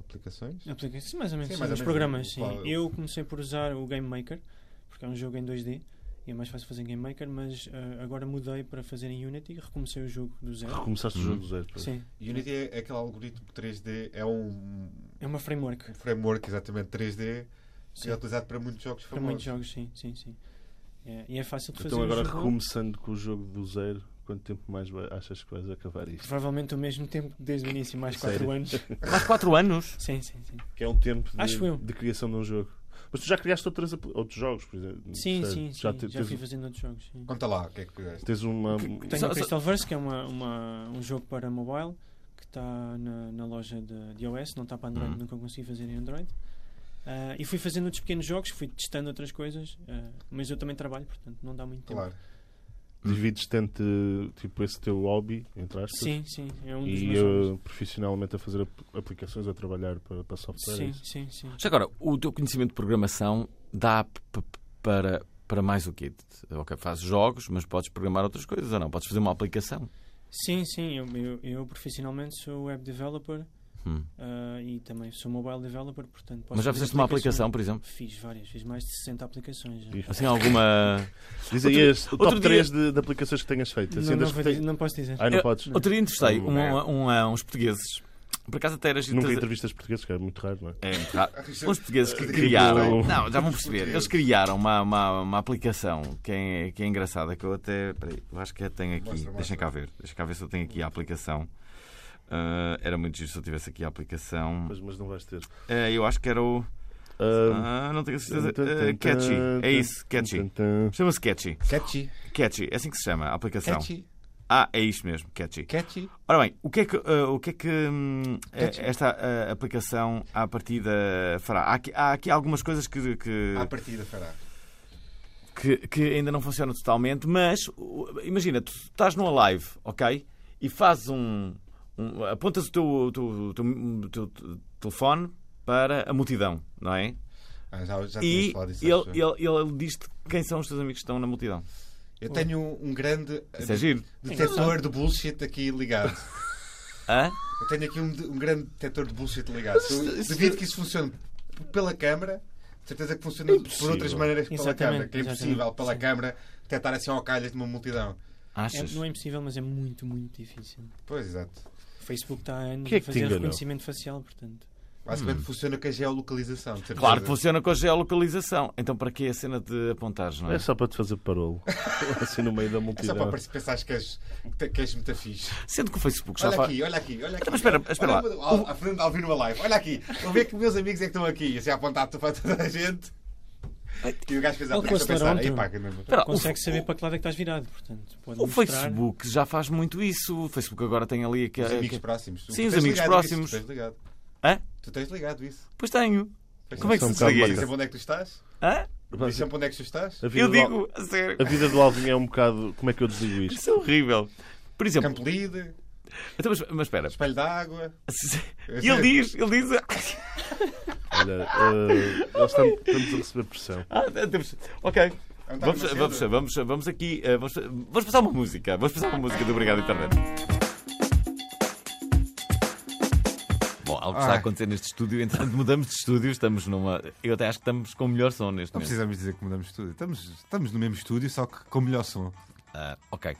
[SPEAKER 2] aplicações?
[SPEAKER 3] Aplicações, mais ou menos,
[SPEAKER 2] Sim,
[SPEAKER 3] sim,
[SPEAKER 2] mais ou
[SPEAKER 3] os
[SPEAKER 2] menos
[SPEAKER 3] programas,
[SPEAKER 2] o
[SPEAKER 3] sim.
[SPEAKER 2] qual-
[SPEAKER 3] Eu comecei por usar o Game Maker, porque é um jogo em 2D e é mais fácil fazer em Game Maker, mas ah, agora mudei para fazer em Unity e recomecei o jogo do zero.
[SPEAKER 4] Recomeçaste o jogo do zero. pá.
[SPEAKER 3] Sim,
[SPEAKER 2] Unity é aquele algoritmo 3D, é um
[SPEAKER 3] é uma framework
[SPEAKER 2] um framework exatamente 3D que
[SPEAKER 3] sim,
[SPEAKER 2] é utilizado para muitos jogos
[SPEAKER 3] para
[SPEAKER 2] famosos.
[SPEAKER 3] muitos jogos, sim, sim, sim. É, e é fácil de fazer.
[SPEAKER 4] Então
[SPEAKER 3] um
[SPEAKER 4] agora
[SPEAKER 3] jogo-
[SPEAKER 4] recomeçando com o jogo do zero, quanto tempo mais vai- achas que vais acabar isto?
[SPEAKER 3] Provavelmente o mesmo tempo desde o início, mais
[SPEAKER 4] Sério?
[SPEAKER 3] 4 anos.
[SPEAKER 1] Mais 4 anos.
[SPEAKER 3] Sim, sim, sim.
[SPEAKER 4] Que é um tempo de,
[SPEAKER 3] Acho eu.
[SPEAKER 4] de criação de um jogo. Mas tu já criaste outras, apl- outros jogos, por exemplo.
[SPEAKER 3] Sim,
[SPEAKER 4] certo?
[SPEAKER 3] sim, sim.
[SPEAKER 4] Já,
[SPEAKER 3] Já,
[SPEAKER 4] te-
[SPEAKER 3] fui
[SPEAKER 4] tens, Ah.
[SPEAKER 3] fazendo outros jogos. Sim.
[SPEAKER 2] Conta lá, o que é que fizeste?
[SPEAKER 4] tens uma.
[SPEAKER 1] Que-
[SPEAKER 3] Tenho
[SPEAKER 1] Só-
[SPEAKER 3] o
[SPEAKER 1] só-
[SPEAKER 3] Crystalverse, que é uma, uma- um jogo para mobile, que está na, na loja de, de iOS, não está para Android,
[SPEAKER 1] Uhum.
[SPEAKER 3] nunca consegui fazer em Android. Ah, e fui fazendo outros pequenos jogos, fui testando outras coisas, ah, mas eu também trabalho, portanto não dá muito tempo.
[SPEAKER 2] Claro.
[SPEAKER 4] Divides tanto tipo, esse teu hobby, entre aspas,
[SPEAKER 3] Sim, sim, é um dos
[SPEAKER 4] e
[SPEAKER 3] meus jogos.
[SPEAKER 4] eu, profissionalmente a fazer ap- aplicações, a trabalhar para, para software. é
[SPEAKER 3] Sim,
[SPEAKER 4] isso?
[SPEAKER 3] sim, sim.
[SPEAKER 1] Já agora, o teu conhecimento de programação dá p- p- para, para mais o quê? Ok, fazes jogos, mas podes programar outras coisas ou não? Podes fazer uma aplicação.
[SPEAKER 3] Sim, sim, eu, eu, eu profissionalmente sou web developer
[SPEAKER 1] Hum.
[SPEAKER 3] ah, e também sou mobile developer, portanto posso
[SPEAKER 1] Mas já
[SPEAKER 3] fazer
[SPEAKER 1] fizeste uma
[SPEAKER 3] aplicações.
[SPEAKER 1] aplicação, por exemplo?
[SPEAKER 3] Fiz várias, fiz mais de 60 aplicações. já.
[SPEAKER 4] Fiz.
[SPEAKER 1] Assim, alguma.
[SPEAKER 4] Diz aí
[SPEAKER 1] Outro-
[SPEAKER 4] este, o
[SPEAKER 1] outro
[SPEAKER 4] top
[SPEAKER 1] dia-
[SPEAKER 4] 3 de, de aplicações que tenhas feito. Assim,
[SPEAKER 3] Não, não
[SPEAKER 4] das
[SPEAKER 3] vou
[SPEAKER 4] que
[SPEAKER 3] dizer-
[SPEAKER 4] te-
[SPEAKER 3] não posso dizer.
[SPEAKER 4] Ai, não
[SPEAKER 1] Eu-
[SPEAKER 4] podes.
[SPEAKER 1] Outro dia entrevistei
[SPEAKER 2] Não,
[SPEAKER 1] um-
[SPEAKER 2] não.
[SPEAKER 1] um- um- uns portugueses. Por acaso até eras.
[SPEAKER 4] Nunca entrevistas portuguesas, que é muito raro, não é?
[SPEAKER 1] É, muito raro. Uns portugueses que
[SPEAKER 2] é?
[SPEAKER 1] criaram. Não, já vão perceber. Eles criaram uma, uma, uma aplicação que é, que é engraçada. Que eu até. Peraí, eu acho que eu tenho aqui.
[SPEAKER 2] Mostra, mostra.
[SPEAKER 1] Deixem cá ver. Deixem cá ver se eu tenho aqui a aplicação. Ah, era muito giro se eu tivesse aqui a aplicação.
[SPEAKER 4] Mas, mas não vais ter.
[SPEAKER 1] Ah, eu acho que era o.
[SPEAKER 4] Ah,
[SPEAKER 1] Ah, não tenho a certeza. Ah, catchy. É isso, catchy. Chama-se Catchy.
[SPEAKER 2] Catchy.
[SPEAKER 1] Catchy, é assim que se chama a aplicação.
[SPEAKER 2] Catchy.
[SPEAKER 1] Ah, é isto mesmo, Catchy.
[SPEAKER 2] Catchy.
[SPEAKER 1] Ora bem, o que é que, eh, o que, é que hum, eh,
[SPEAKER 2] Catchy.
[SPEAKER 1] esta eh, aplicação à partida fará? Há aqui, há aqui algumas coisas que, que,
[SPEAKER 2] À partida fará.
[SPEAKER 1] que, que ainda não funcionam totalmente, mas o- imagina, tu estás numa live, ok? E fazes um. um- apontas o teu, o teu- o teu- o teu telefone para a multidão, não é?
[SPEAKER 2] Ah, já já tinhas
[SPEAKER 1] E
[SPEAKER 2] falado disso.
[SPEAKER 1] ele,
[SPEAKER 2] acho eu.
[SPEAKER 1] ele, ele diz-te quem são os teus amigos que estão na multidão.
[SPEAKER 2] Eu tenho um grande
[SPEAKER 1] Isso é
[SPEAKER 2] eh,
[SPEAKER 1] giro.
[SPEAKER 2] detetor de bullshit aqui ligado.
[SPEAKER 1] Hã?
[SPEAKER 2] Eu tenho aqui um, de- um grande detector de bullshit ligado. Eu Duvido que isso funcione p- pela câmara. De certeza que funciona por
[SPEAKER 4] Impossível.
[SPEAKER 2] outras maneiras que pela
[SPEAKER 3] Exatamente,
[SPEAKER 2] câmara. Que é
[SPEAKER 3] exatamente.
[SPEAKER 2] impossível pela
[SPEAKER 3] Sim.
[SPEAKER 2] câmara detectar assim ao calhas de uma multidão.
[SPEAKER 3] É-
[SPEAKER 1] Achas?
[SPEAKER 3] não é impossível, mas é muito, muito difícil.
[SPEAKER 2] Pois, exato.
[SPEAKER 3] O Facebook está a anos
[SPEAKER 4] Que é
[SPEAKER 3] a
[SPEAKER 4] que te
[SPEAKER 3] fazer
[SPEAKER 4] enganou?
[SPEAKER 3] reconhecimento facial, portanto.
[SPEAKER 2] Basicamente funciona com a geolocalização. de certeza.
[SPEAKER 1] Hum. Claro que funciona com a geolocalização. Então para que a cena de apontares, não é?
[SPEAKER 4] É só para te fazer parolo. assim no meio da
[SPEAKER 2] É só para
[SPEAKER 4] multidão.
[SPEAKER 2] parece- pensares que és, que te- que és muito fixe.
[SPEAKER 1] Sendo que o Facebook já
[SPEAKER 2] Olha
[SPEAKER 1] faz.
[SPEAKER 2] aqui, olha aqui, olha aqui.
[SPEAKER 1] Então, Mas espera, espera lá.
[SPEAKER 2] olha, Al- A Fernanda Alvino a live. Olha aqui. Vou ver que meus amigos é que estão aqui. Assim a apontar para toda a gente. E o gajo fez a
[SPEAKER 3] Ele com o
[SPEAKER 2] a pensar.
[SPEAKER 3] acelerómetro.
[SPEAKER 2] "Ei, pá, que não-
[SPEAKER 1] Espera lá,
[SPEAKER 3] Consegue
[SPEAKER 1] Ah, o-
[SPEAKER 3] saber para que lado é que estás virado, portanto. Pode
[SPEAKER 1] O
[SPEAKER 3] mostrar.
[SPEAKER 1] Facebook já faz muito isso. O Facebook agora tem ali
[SPEAKER 2] Os
[SPEAKER 1] aquele.
[SPEAKER 2] amigos próximos. Tu
[SPEAKER 1] É, Sim, os
[SPEAKER 2] tens
[SPEAKER 1] amigos
[SPEAKER 2] ligado
[SPEAKER 1] próximos.
[SPEAKER 2] Isso, tu tens ligado.
[SPEAKER 1] Hã?
[SPEAKER 2] Tu tens ligado isso.
[SPEAKER 1] Pois tenho.
[SPEAKER 2] Tens
[SPEAKER 1] Como é que
[SPEAKER 2] ligado.
[SPEAKER 1] se
[SPEAKER 4] São um bocado
[SPEAKER 1] desliga
[SPEAKER 2] Diz
[SPEAKER 1] isso?
[SPEAKER 2] sempre onde é que tu estás?
[SPEAKER 1] Hã?
[SPEAKER 2] Diz sempre onde é que tu estás?
[SPEAKER 4] A
[SPEAKER 1] Eu
[SPEAKER 4] vida, do, Al-
[SPEAKER 1] digo, a sério.
[SPEAKER 4] a vida do Alvin é um bocado. Como é que eu desligo isto?
[SPEAKER 1] Isso é horrível. Por exemplo,
[SPEAKER 2] Campo É Lide,
[SPEAKER 1] então, mas, mas espera.
[SPEAKER 2] espelho d'água.
[SPEAKER 1] E ele diz, ele diz.
[SPEAKER 4] Olha, eh, nós estamos, estamos a receber pressão.
[SPEAKER 1] Ah, temos- Ok.
[SPEAKER 2] Não tá está
[SPEAKER 1] Vamos,
[SPEAKER 2] demasiado.
[SPEAKER 1] vamos, vamos, vamos aqui. eh, Vamos, vamos passar uma música. Vamos passar uma música do Obrigado Internet. Bom, algo que está a
[SPEAKER 2] Ai.
[SPEAKER 1] acontecer neste estúdio, entretanto mudamos de estúdio, estamos numa. Eu até acho que estamos com o melhor som neste
[SPEAKER 2] Não
[SPEAKER 1] momento.
[SPEAKER 2] precisamos dizer que mudamos de estúdio. Estamos, estamos no mesmo estúdio, só que com melhor som.
[SPEAKER 1] Ah, ok.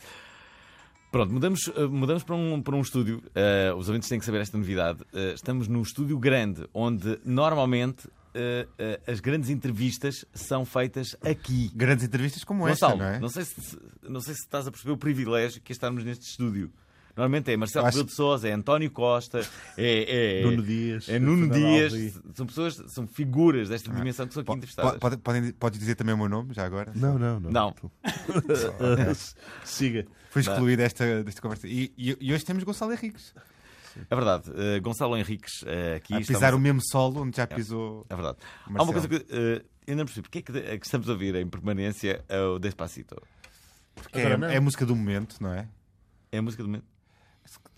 [SPEAKER 1] Pronto, mudamos, ah, mudamos para, um, para um estúdio. Ah, os ouvintes têm que saber esta novidade. Ah, estamos num estúdio grande, onde normalmente ah, ah, as grandes entrevistas são feitas aqui.
[SPEAKER 2] Grandes entrevistas como esta,
[SPEAKER 1] Gonçalo,
[SPEAKER 2] não é?
[SPEAKER 1] sei se, se- não sei se estás a perceber o privilégio que é estarmos neste estúdio. Normalmente é Marcelo
[SPEAKER 2] Eu acho-
[SPEAKER 1] Rebelo de Sousa, é António Costa, é, é,
[SPEAKER 4] Nuno Dias.
[SPEAKER 1] é Nuno
[SPEAKER 4] Fernando
[SPEAKER 1] Dias.
[SPEAKER 4] Alvim.
[SPEAKER 1] São pessoas, são figuras desta dimensão que são aqui entrevistadas.
[SPEAKER 2] Ah, Po- pode- podem- Podes dizer também o meu nome, já agora?
[SPEAKER 4] Não, não, não.
[SPEAKER 1] Não.
[SPEAKER 4] Eh, Siga.
[SPEAKER 2] Fui excluído desta, desta conversa. E, e- e hoje temos Gonçalo Henriques.
[SPEAKER 1] É verdade. Eh, Gonçalo Henriques eh, aqui.
[SPEAKER 2] A pisar
[SPEAKER 1] estamos-
[SPEAKER 2] o mesmo solo onde já pisou.
[SPEAKER 1] É verdade. Há
[SPEAKER 2] Marcelo.
[SPEAKER 1] uma coisa que eh, eu não percebi. Porquê é que, de- é que estamos a ouvir em permanência é o Despacito?
[SPEAKER 2] Porque é,
[SPEAKER 4] Agora não.
[SPEAKER 2] é a música do momento, não é?
[SPEAKER 1] É a música do momento?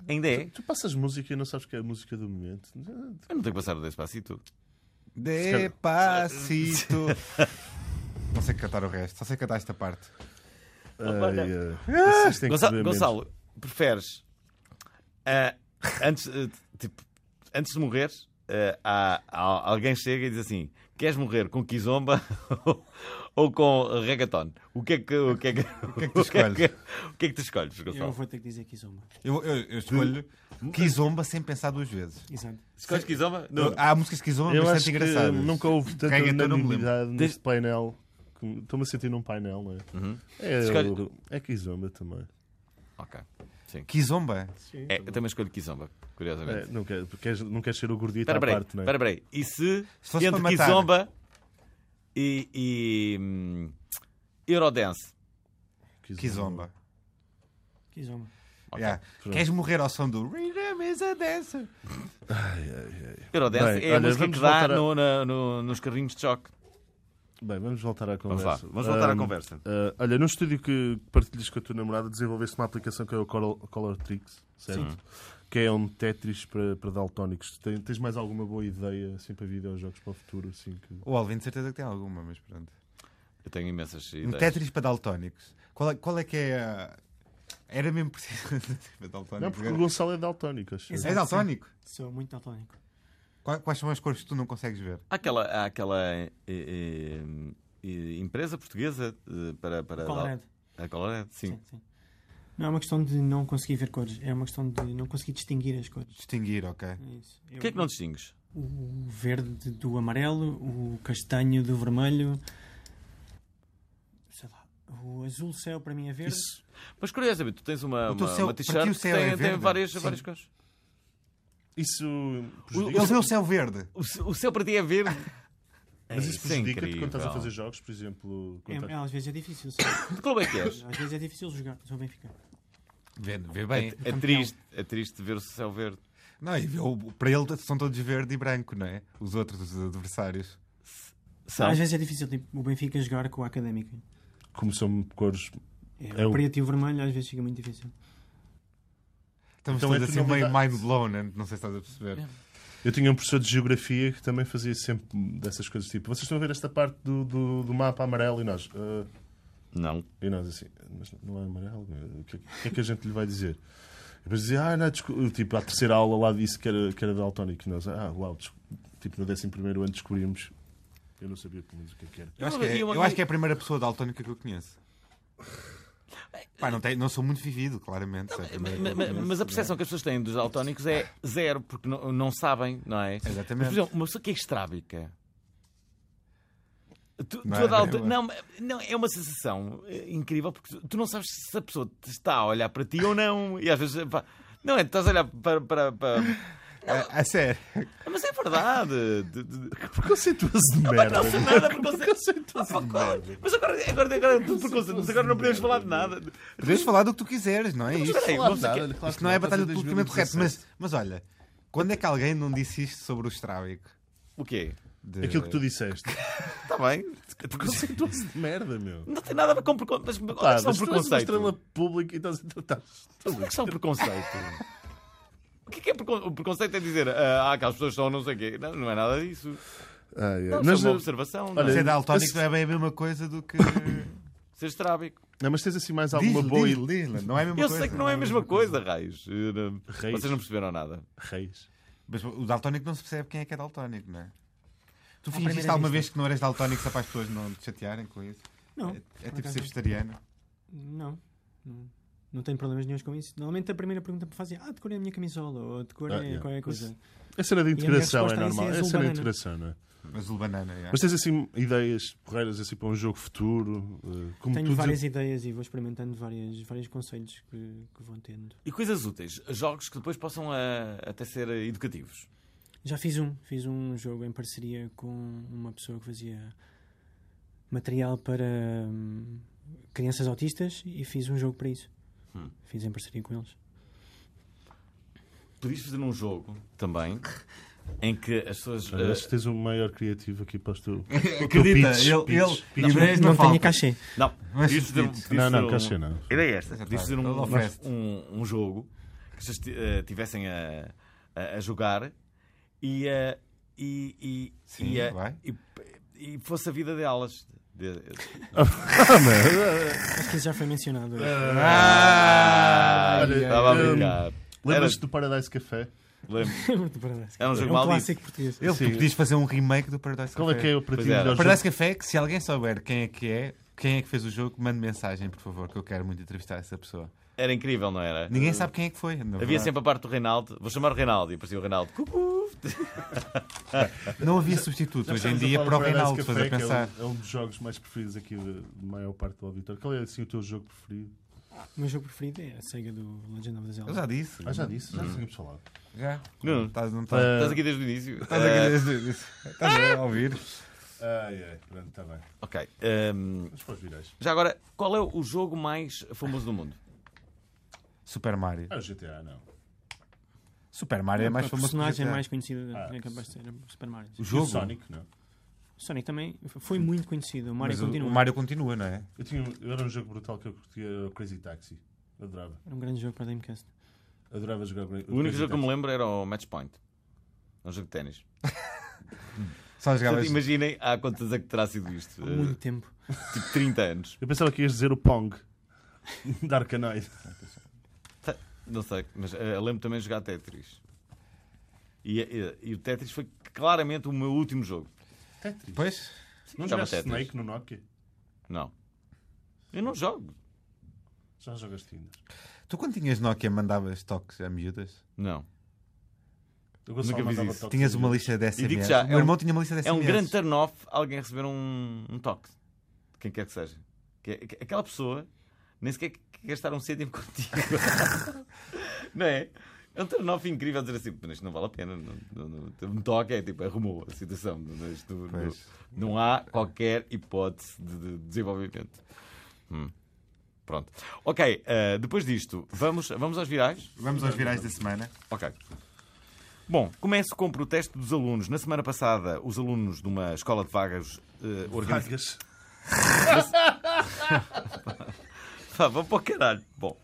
[SPEAKER 1] Ainda é?
[SPEAKER 4] Tu passas música e não sabes o que é a música do momento. Ah,
[SPEAKER 1] Eu não tenho que passar o Despacito.
[SPEAKER 2] Despacito. não sei cantar o resto, só sei cantar esta parte.
[SPEAKER 1] Ah,
[SPEAKER 4] Ai, ai. ah, Vocês têm que
[SPEAKER 1] Gonçalo,
[SPEAKER 4] saber menos.
[SPEAKER 1] Gonçalo, preferes ah, antes, eh, tipo, antes de morrer, eh, há- há- alguém chega e diz assim: queres morrer com Kizomba ou com reggaeton? O que é que, o que, é que, o que,
[SPEAKER 2] é que tu escolhes?
[SPEAKER 1] o que é que tu escolhes,
[SPEAKER 3] Eu
[SPEAKER 1] Gonçalo?
[SPEAKER 3] vou ter que dizer Kizomba.
[SPEAKER 2] Eu, eu, eu escolho
[SPEAKER 4] Hum?
[SPEAKER 2] Kizomba sem pensar duas vezes.
[SPEAKER 3] Exato.
[SPEAKER 1] Escolhes Kizomba? Não.
[SPEAKER 2] Eu- há músicas que Kizomba
[SPEAKER 4] Eu
[SPEAKER 2] bastante
[SPEAKER 4] acho que
[SPEAKER 2] engraçadas.
[SPEAKER 4] nunca houve tanta
[SPEAKER 2] Reggaeton não me lembro.
[SPEAKER 4] unanimidade neste painel. que- Estou-me a sentir num painel, não é?
[SPEAKER 1] Uhum.
[SPEAKER 4] É,
[SPEAKER 1] Escolhe-
[SPEAKER 4] o- é Kizomba também.
[SPEAKER 1] Ok. Sim.
[SPEAKER 2] Kizomba?
[SPEAKER 1] É, eu também escolho Kizomba, curiosamente.
[SPEAKER 4] É, não, quer, queres, não queres ser o gordito
[SPEAKER 1] Espera
[SPEAKER 4] à
[SPEAKER 1] peraí,
[SPEAKER 4] parte, não é?
[SPEAKER 1] espera peraí. E se,
[SPEAKER 2] Se fosse
[SPEAKER 1] entre
[SPEAKER 2] para matar.
[SPEAKER 1] Kizomba e, e hum, Eurodance?
[SPEAKER 2] Kizomba.
[SPEAKER 3] Kizomba.
[SPEAKER 2] Yeah. Queres morrer ao som do Rhythm is a Dancer?
[SPEAKER 1] Eurodance
[SPEAKER 4] Bem,
[SPEAKER 1] é a
[SPEAKER 4] olha,
[SPEAKER 1] música
[SPEAKER 4] vamos
[SPEAKER 1] que dá
[SPEAKER 4] voltar a-
[SPEAKER 1] no- na- no- nos carrinhos de choque.
[SPEAKER 4] Bem, vamos voltar à
[SPEAKER 1] Vamos
[SPEAKER 4] conversa.
[SPEAKER 1] lá, vamos voltar à
[SPEAKER 4] Ahm,
[SPEAKER 1] conversa.
[SPEAKER 4] ah, olha, num estúdio que partilhas com a tua namorada, desenvolveste uma aplicação que é o Color, Color Tricks, certo? Que é um Tetris para, para daltónicos. Tem- Tens mais alguma boa ideia assim, para videojogos para o futuro? Assim, que...
[SPEAKER 2] O Alvin de certeza que tem alguma, mas pronto.
[SPEAKER 1] Eu tenho imensas
[SPEAKER 2] Um
[SPEAKER 1] ideias.
[SPEAKER 2] Tetris para daltónicos. Qual é, qual é que é a... Era mesmo preciso um para daltónicos.
[SPEAKER 4] Não, porque o
[SPEAKER 2] era?
[SPEAKER 4] Gonçalo é daltónico. acho eu.
[SPEAKER 2] É daltónico?
[SPEAKER 3] Sou muito daltónico.
[SPEAKER 2] Qua- Quais são as cores que tu não consegues ver?
[SPEAKER 1] Há aquela, há aquela eh, eh, eh, empresa portuguesa eh, para. para
[SPEAKER 3] Colorado.
[SPEAKER 1] A Colorado, sim.
[SPEAKER 3] Sim, sim. Não é uma questão de não conseguir ver cores, é uma questão de não conseguir distinguir as cores.
[SPEAKER 2] Distinguir, ok.
[SPEAKER 3] É isso.
[SPEAKER 1] O que é que não distingues?
[SPEAKER 3] O verde do amarelo, o castanho do vermelho, sei lá, o azul céu para mim é verde.
[SPEAKER 4] Isso.
[SPEAKER 1] Mas curiosamente, tu tens uma,
[SPEAKER 2] O teu
[SPEAKER 1] uma,
[SPEAKER 2] céu-
[SPEAKER 1] uma
[SPEAKER 2] para ti
[SPEAKER 1] t-shirt
[SPEAKER 2] o
[SPEAKER 1] que
[SPEAKER 2] céu
[SPEAKER 1] tem,
[SPEAKER 2] é
[SPEAKER 1] tem
[SPEAKER 2] verde?
[SPEAKER 1] várias,
[SPEAKER 2] Sim.
[SPEAKER 1] várias cores.
[SPEAKER 4] Isso
[SPEAKER 2] Ele
[SPEAKER 4] prejudica,
[SPEAKER 2] vê o céu verde.
[SPEAKER 1] O, ce- o céu para ti é verde.
[SPEAKER 4] mas isso
[SPEAKER 1] é
[SPEAKER 4] prejudica-te quando estás a
[SPEAKER 1] incrível.
[SPEAKER 4] fazer jogos, por exemplo.
[SPEAKER 3] É-
[SPEAKER 4] quando estás-
[SPEAKER 3] é, às vezes é difícil, sim.
[SPEAKER 1] De que clube é que és?
[SPEAKER 3] às vezes é difícil jogar, sou Benfica.
[SPEAKER 2] Vê, vê
[SPEAKER 1] É,
[SPEAKER 2] bem.
[SPEAKER 1] é triste, é triste ver o céu verde.
[SPEAKER 2] Não, e vê o- para ele são todos verde e branco, não é? Os outros, os adversários. Ah,
[SPEAKER 1] São.
[SPEAKER 3] Às vezes é difícil tipo, o Benfica jogar com o Académica.
[SPEAKER 4] Como são cores.
[SPEAKER 3] É,
[SPEAKER 4] É
[SPEAKER 3] o
[SPEAKER 4] o-
[SPEAKER 3] preto e o vermelho às vezes fica muito difícil.
[SPEAKER 2] Estamos
[SPEAKER 4] Então é
[SPEAKER 2] todos assim meio
[SPEAKER 4] tonalidades.
[SPEAKER 2] mind blown, né? não sei se estás a perceber.
[SPEAKER 4] Eu tinha um professor de geografia que também fazia sempre dessas coisas. Tipo, vocês estão a ver esta parte do, do, do mapa amarelo e nós. "Ah,
[SPEAKER 1] Não.
[SPEAKER 4] E nós assim, mas não é amarelo? O que, o que é que a gente lhe vai dizer? E depois dizia, ah, não, desculpa. Tipo, à terceira aula lá disse que era, que era daltónico. E nós, ah, uau, des- tipo, no décimo primeiro ano descobrimos. Eu não sabia pelo menos o que é que era.
[SPEAKER 2] Eu acho que é,
[SPEAKER 1] Eu-
[SPEAKER 2] eu acho que é a primeira pessoa daltónica que eu conheço. Pá, não, tem- não sou muito vivido, claramente. sei, a primeira
[SPEAKER 1] Ma-
[SPEAKER 2] que eu
[SPEAKER 1] ma-
[SPEAKER 2] conheço,
[SPEAKER 1] Mas a
[SPEAKER 2] não é?
[SPEAKER 1] percepção que as pessoas têm dos daltónicos é zero, porque não, não sabem, não é?
[SPEAKER 2] Exatamente.
[SPEAKER 1] Mas, por exemplo, uma pessoa que é estrábica. Tu,
[SPEAKER 2] Não
[SPEAKER 1] tu
[SPEAKER 2] é
[SPEAKER 1] a dalto-
[SPEAKER 2] mesmo?
[SPEAKER 1] não, mas- não, é uma sensação eh, incrível porque tu, tu não sabes se a pessoa te está a olhar para ti ou não. E às vezes, pá, não é? Tu estás a olhar para. para- para-
[SPEAKER 2] A, a sério.
[SPEAKER 1] Mas é verdade. De- de-
[SPEAKER 4] Preconceituoso de merda.
[SPEAKER 1] é Não sei nada, preconceituoso. Mas agora, agora, agora, tudo preconceito, mas agora não podemos falar de nada.
[SPEAKER 2] Podemos falar do que tu quiseres, não é isto?
[SPEAKER 1] espera aí, vamos aqui-
[SPEAKER 2] Isto não é batalha do politicamente correto, mas, mas olha, quando é que alguém não disse isto sobre o estrábico?
[SPEAKER 1] O quê?
[SPEAKER 2] De-
[SPEAKER 4] Aquilo que tu disseste.
[SPEAKER 1] Está bem.
[SPEAKER 4] Preconceituoso de merda, meu.
[SPEAKER 1] Não tem nada a ver com preconceito. Tá, Mas
[SPEAKER 4] Pá,
[SPEAKER 1] olha que são
[SPEAKER 4] mas tu és uma
[SPEAKER 1] preconceito.
[SPEAKER 4] estrela pública e estás a tratar.
[SPEAKER 1] Mas é que são preconceito? O que é, que é precon- o preconceito? É dizer, ah, ah, aquelas pessoas são não sei o quê. Não, não é nada disso. Não,
[SPEAKER 4] Mas,
[SPEAKER 1] mas, uma observação. não é?
[SPEAKER 4] olha,
[SPEAKER 2] Ser daltónico
[SPEAKER 4] Esse-
[SPEAKER 2] não é bem a mesma coisa do que.
[SPEAKER 1] Ser estrábico.
[SPEAKER 4] não, mas tens assim mais alguma
[SPEAKER 2] Diz-lhe,
[SPEAKER 4] boa
[SPEAKER 2] diz-lhe, diz-lhe. Não é a mesma
[SPEAKER 1] Eu
[SPEAKER 2] coisa.
[SPEAKER 1] sei que não é a mesma coisa, raios. Eu não-
[SPEAKER 4] Raios.
[SPEAKER 1] Vocês não perceberam nada.
[SPEAKER 4] Reis.
[SPEAKER 2] Mas o daltónico não se percebe quem é que é daltónico, não é? Tu fingiste
[SPEAKER 3] primeira
[SPEAKER 2] alguma
[SPEAKER 3] vista.
[SPEAKER 2] vez que não eras daltónico só para as pessoas não te chatearem com isso? É-
[SPEAKER 3] Não,
[SPEAKER 2] É,
[SPEAKER 3] por
[SPEAKER 2] tipo ser
[SPEAKER 3] acaso.
[SPEAKER 2] vegetariano.
[SPEAKER 3] Não, não, não tenho problemas nenhum com isso. Normalmente a primeira pergunta que me fazem ah, de cor é a minha camisola, ou de cor
[SPEAKER 4] Ah,
[SPEAKER 3] é
[SPEAKER 4] yeah.
[SPEAKER 3] qualquer coisa.
[SPEAKER 4] A cena de
[SPEAKER 3] minha
[SPEAKER 4] integração é
[SPEAKER 3] resposta a isso é
[SPEAKER 4] normal. É a
[SPEAKER 3] azul
[SPEAKER 4] cena de
[SPEAKER 3] banana.
[SPEAKER 2] né?
[SPEAKER 4] integração, não é?
[SPEAKER 2] Azul banana, é.
[SPEAKER 4] Mas tens assim ideias porreiras assim, para um jogo futuro? eh, Como
[SPEAKER 3] Tenho
[SPEAKER 4] tu
[SPEAKER 3] várias ideias e vou experimentando várias, vários conselhos que, que vão tendo.
[SPEAKER 1] E coisas úteis. Jogos que depois possam ah, até ser ah, educativos.
[SPEAKER 3] Já fiz um, fiz um jogo em parceria com uma pessoa que fazia material para hum, crianças
[SPEAKER 1] Hum.
[SPEAKER 3] autistas e fiz um jogo para isso. Fiz em parceria com eles.
[SPEAKER 1] Tu viste fazer um jogo também em que as pessoas.
[SPEAKER 4] Olha,
[SPEAKER 1] eh,
[SPEAKER 4] Acho que tens o maior criativo aqui para o teu.
[SPEAKER 2] Acredita,
[SPEAKER 4] pitch,
[SPEAKER 2] ele-
[SPEAKER 4] pitch,
[SPEAKER 2] ele-
[SPEAKER 4] pitch.
[SPEAKER 2] não, ideias não
[SPEAKER 3] não tenho
[SPEAKER 2] faltam.
[SPEAKER 3] cachê.
[SPEAKER 1] Não,
[SPEAKER 2] Mas
[SPEAKER 1] devias fazer um-
[SPEAKER 2] dito.
[SPEAKER 1] devias
[SPEAKER 4] Não, não,
[SPEAKER 1] fazer um-
[SPEAKER 4] cachê não.
[SPEAKER 1] Era esta. Devias fazer
[SPEAKER 2] Ele
[SPEAKER 1] um,
[SPEAKER 2] oferece-te.
[SPEAKER 1] um, um jogo que as pessoas estivessem a, a, a jogar e a. E, e,
[SPEAKER 2] Sim,
[SPEAKER 1] e, a-
[SPEAKER 2] vai.
[SPEAKER 1] e, e fosse a vida delas. De-
[SPEAKER 3] Acho que isso já foi mencionado.
[SPEAKER 1] Ah,
[SPEAKER 4] olha,
[SPEAKER 1] estava a
[SPEAKER 4] hum,
[SPEAKER 1] brincar.
[SPEAKER 4] Lembras-te do Paradise Café?
[SPEAKER 1] Lembro.
[SPEAKER 3] Muito parabéns.
[SPEAKER 1] É um jogo
[SPEAKER 3] é um
[SPEAKER 1] maldito.
[SPEAKER 3] clássico português.
[SPEAKER 2] Ele
[SPEAKER 4] Sim.
[SPEAKER 2] podias fazer um remake do Paradise Café.
[SPEAKER 4] Qual é que é o para ti
[SPEAKER 1] Pois
[SPEAKER 4] o
[SPEAKER 1] era.
[SPEAKER 4] melhor
[SPEAKER 2] Paradise
[SPEAKER 4] jogo?
[SPEAKER 2] Café, que se alguém souber quem é que é, quem é que fez o jogo, mande mensagem, por favor, que eu quero muito entrevistar essa pessoa.
[SPEAKER 1] Era incrível, não era?
[SPEAKER 2] Ninguém sabe quem é que foi. na
[SPEAKER 1] Havia
[SPEAKER 2] verdade.
[SPEAKER 1] sempre a parte do Reinaldo. Vou chamar o Reinaldo. E aparecia o Reinaldo. Cucu.
[SPEAKER 2] Não havia substituto hoje em
[SPEAKER 4] Estamos a
[SPEAKER 2] dia
[SPEAKER 4] falar
[SPEAKER 2] para o
[SPEAKER 4] do Paradise
[SPEAKER 2] Reinaldo, estás a
[SPEAKER 4] Café, que é
[SPEAKER 2] pensar.
[SPEAKER 4] um- É um dos jogos mais preferidos aqui da da maior parte do auditório. Qual é assim o teu jogo preferido?
[SPEAKER 3] O meu jogo preferido é a SEGA do Legend of the Zelda.
[SPEAKER 2] Eu já disse.
[SPEAKER 4] Ah, já disse,
[SPEAKER 1] Uhum.
[SPEAKER 4] já tínhamos falado.
[SPEAKER 2] Já.
[SPEAKER 1] Não. Eh,
[SPEAKER 2] Estás, não estás.
[SPEAKER 4] Ah,
[SPEAKER 1] Estás aqui desde o início. Ah,
[SPEAKER 2] Estás aqui desde- desde- estás a ouvir?
[SPEAKER 4] Ai, ai, pronto, está bem.
[SPEAKER 1] Ah, ok. Hum,
[SPEAKER 4] Mas para os virais.
[SPEAKER 1] já agora, qual é o jogo mais famoso do mundo?
[SPEAKER 2] Super Mario.
[SPEAKER 4] Ah, o GTA não.
[SPEAKER 2] Super Mario é mais
[SPEAKER 3] a
[SPEAKER 2] famoso que o
[SPEAKER 3] personagem
[SPEAKER 2] GTA.
[SPEAKER 3] mais conhecida
[SPEAKER 4] Ah,
[SPEAKER 3] é capaz de ser o Super Mario.
[SPEAKER 2] O
[SPEAKER 4] E
[SPEAKER 2] jogo.
[SPEAKER 4] O Sonic não.
[SPEAKER 3] O Sonic também foi muito conhecido. O Mario
[SPEAKER 2] Mas o,
[SPEAKER 3] continua.
[SPEAKER 2] o Mario continua, não é?
[SPEAKER 4] Eu tinha, eu era um jogo brutal que eu curtia, era o Crazy Taxi. Adorava.
[SPEAKER 3] Era um grande jogo para a Dreamcast.
[SPEAKER 4] Adorava jogar o Crazy
[SPEAKER 1] O único jogo que eu me
[SPEAKER 4] Taxi.
[SPEAKER 1] lembro era o Match Point. Um jogo de ténis.
[SPEAKER 2] Só
[SPEAKER 1] Portanto,
[SPEAKER 2] jogavas.
[SPEAKER 1] Imaginem há quantos anos é que terá sido isto.
[SPEAKER 3] Há
[SPEAKER 1] Eh,
[SPEAKER 3] muito tempo.
[SPEAKER 1] tipo 30 anos.
[SPEAKER 4] Eu pensava que ias dizer o Pong. da Arcanoid.
[SPEAKER 1] Não sei, mas eh, eu lembro também de jogar Tetris. E, eh, e o Tetris foi claramente o meu último jogo.
[SPEAKER 4] Tetris.
[SPEAKER 2] Pois,
[SPEAKER 4] Não
[SPEAKER 1] Jogava
[SPEAKER 4] jogaste
[SPEAKER 1] Tetris.
[SPEAKER 4] Snake no Nokia?
[SPEAKER 1] Não. Eu não jogo.
[SPEAKER 4] Já jogaste Tinder.
[SPEAKER 2] tu quando tinhas Nokia mandavas toques a miúdas?
[SPEAKER 1] Não.
[SPEAKER 4] Eu gostava
[SPEAKER 1] Nunca fiz
[SPEAKER 4] mandava
[SPEAKER 1] isso.
[SPEAKER 4] toques
[SPEAKER 2] Tinhas
[SPEAKER 4] de
[SPEAKER 2] uma
[SPEAKER 4] miúdos.
[SPEAKER 2] lista de
[SPEAKER 1] digo-te
[SPEAKER 2] SMS.
[SPEAKER 1] já,
[SPEAKER 2] o
[SPEAKER 1] é
[SPEAKER 2] meu
[SPEAKER 1] um-
[SPEAKER 2] irmão tinha uma lista de SMS.
[SPEAKER 1] É um grande turn-off alguém receber um, um toque. De quem quer que seja. Que, que- aquela pessoa nem sequer quer gastar um cêntimo contigo. não é? É um turn-off incrível dizer assim, mas isto não vale a pena. Não, não, não, um toque é tipo, arrumou a situação. Não, isto não-
[SPEAKER 2] Pois.
[SPEAKER 1] não há qualquer hipótese de, de desenvolvimento. Hum. Pronto. Ok, eh, depois disto, vamos, vamos aos virais?
[SPEAKER 2] Vamos aos virais da semana.
[SPEAKER 1] Ok. Bom, começo com o protesto dos alunos. Na semana passada, os alunos de uma escola de vagas eh, organizaram.
[SPEAKER 4] Vagas.
[SPEAKER 1] Pá, vão para o caralho. Bom.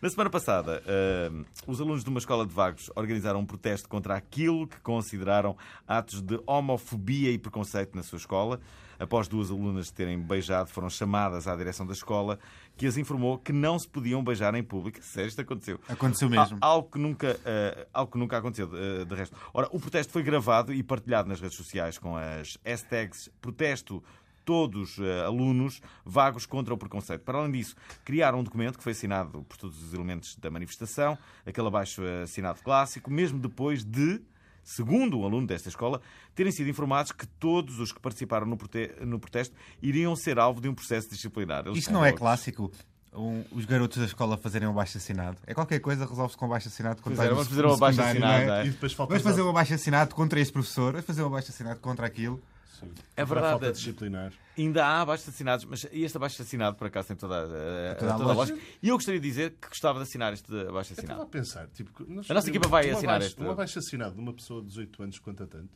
[SPEAKER 1] Na semana passada, eh, os alunos de uma escola de vagos organizaram um protesto contra aquilo que consideraram atos de homofobia e preconceito na sua escola. Após duas alunas terem beijado, foram chamadas à direção da escola, que as informou que não se podiam beijar em público. Sério, isto aconteceu.
[SPEAKER 2] Aconteceu mesmo.
[SPEAKER 1] Al- Algo que nunca, eh, algo que nunca aconteceu, eh, de resto. Ora, o protesto foi gravado e partilhado nas redes sociais com as hashtags protesto todos eh, alunos vagos contra o preconceito. Para além disso, criaram um documento que foi assinado por todos os elementos da manifestação, aquele abaixo eh, assinado clássico, mesmo depois de segundo um aluno desta escola, terem sido informados que todos os que participaram no, prote- no protesto iriam ser alvo de um processo disciplinar. Eles
[SPEAKER 2] Isto não é
[SPEAKER 1] são loucos.
[SPEAKER 2] clássico. um- os garotos da escola fazerem um baixo assinado. É qualquer coisa, resolve-se com um baixo assinado. quando
[SPEAKER 1] Pois é,
[SPEAKER 2] estás no
[SPEAKER 1] vamos
[SPEAKER 2] sec-
[SPEAKER 1] fazer
[SPEAKER 2] no
[SPEAKER 1] um abaixo
[SPEAKER 2] secundário,
[SPEAKER 1] assinado,
[SPEAKER 2] não é?
[SPEAKER 1] é?
[SPEAKER 4] E depois falta.
[SPEAKER 2] Vamos fazer um abaixo assinado contra este professor, vamos fazer um abaixo assinado contra aquilo.
[SPEAKER 4] Sim.
[SPEAKER 1] É verdade. É
[SPEAKER 4] Falta disciplinar.
[SPEAKER 1] Ainda há abaixo assinados, mas este abaixo assinado, por acaso, tem toda a, a-
[SPEAKER 2] toda a
[SPEAKER 1] toda a
[SPEAKER 2] lógica.
[SPEAKER 1] lógica. E eu gostaria de dizer que gostava de assinar este abaixo
[SPEAKER 4] Eu estava a
[SPEAKER 1] assinado.
[SPEAKER 4] pensar, tipo, que nós-
[SPEAKER 1] A nossa equipa vai
[SPEAKER 4] um
[SPEAKER 1] assinar
[SPEAKER 4] abaixo-
[SPEAKER 1] este-
[SPEAKER 4] Um abaixo assinado de uma pessoa de 18 anos quanto a tanto.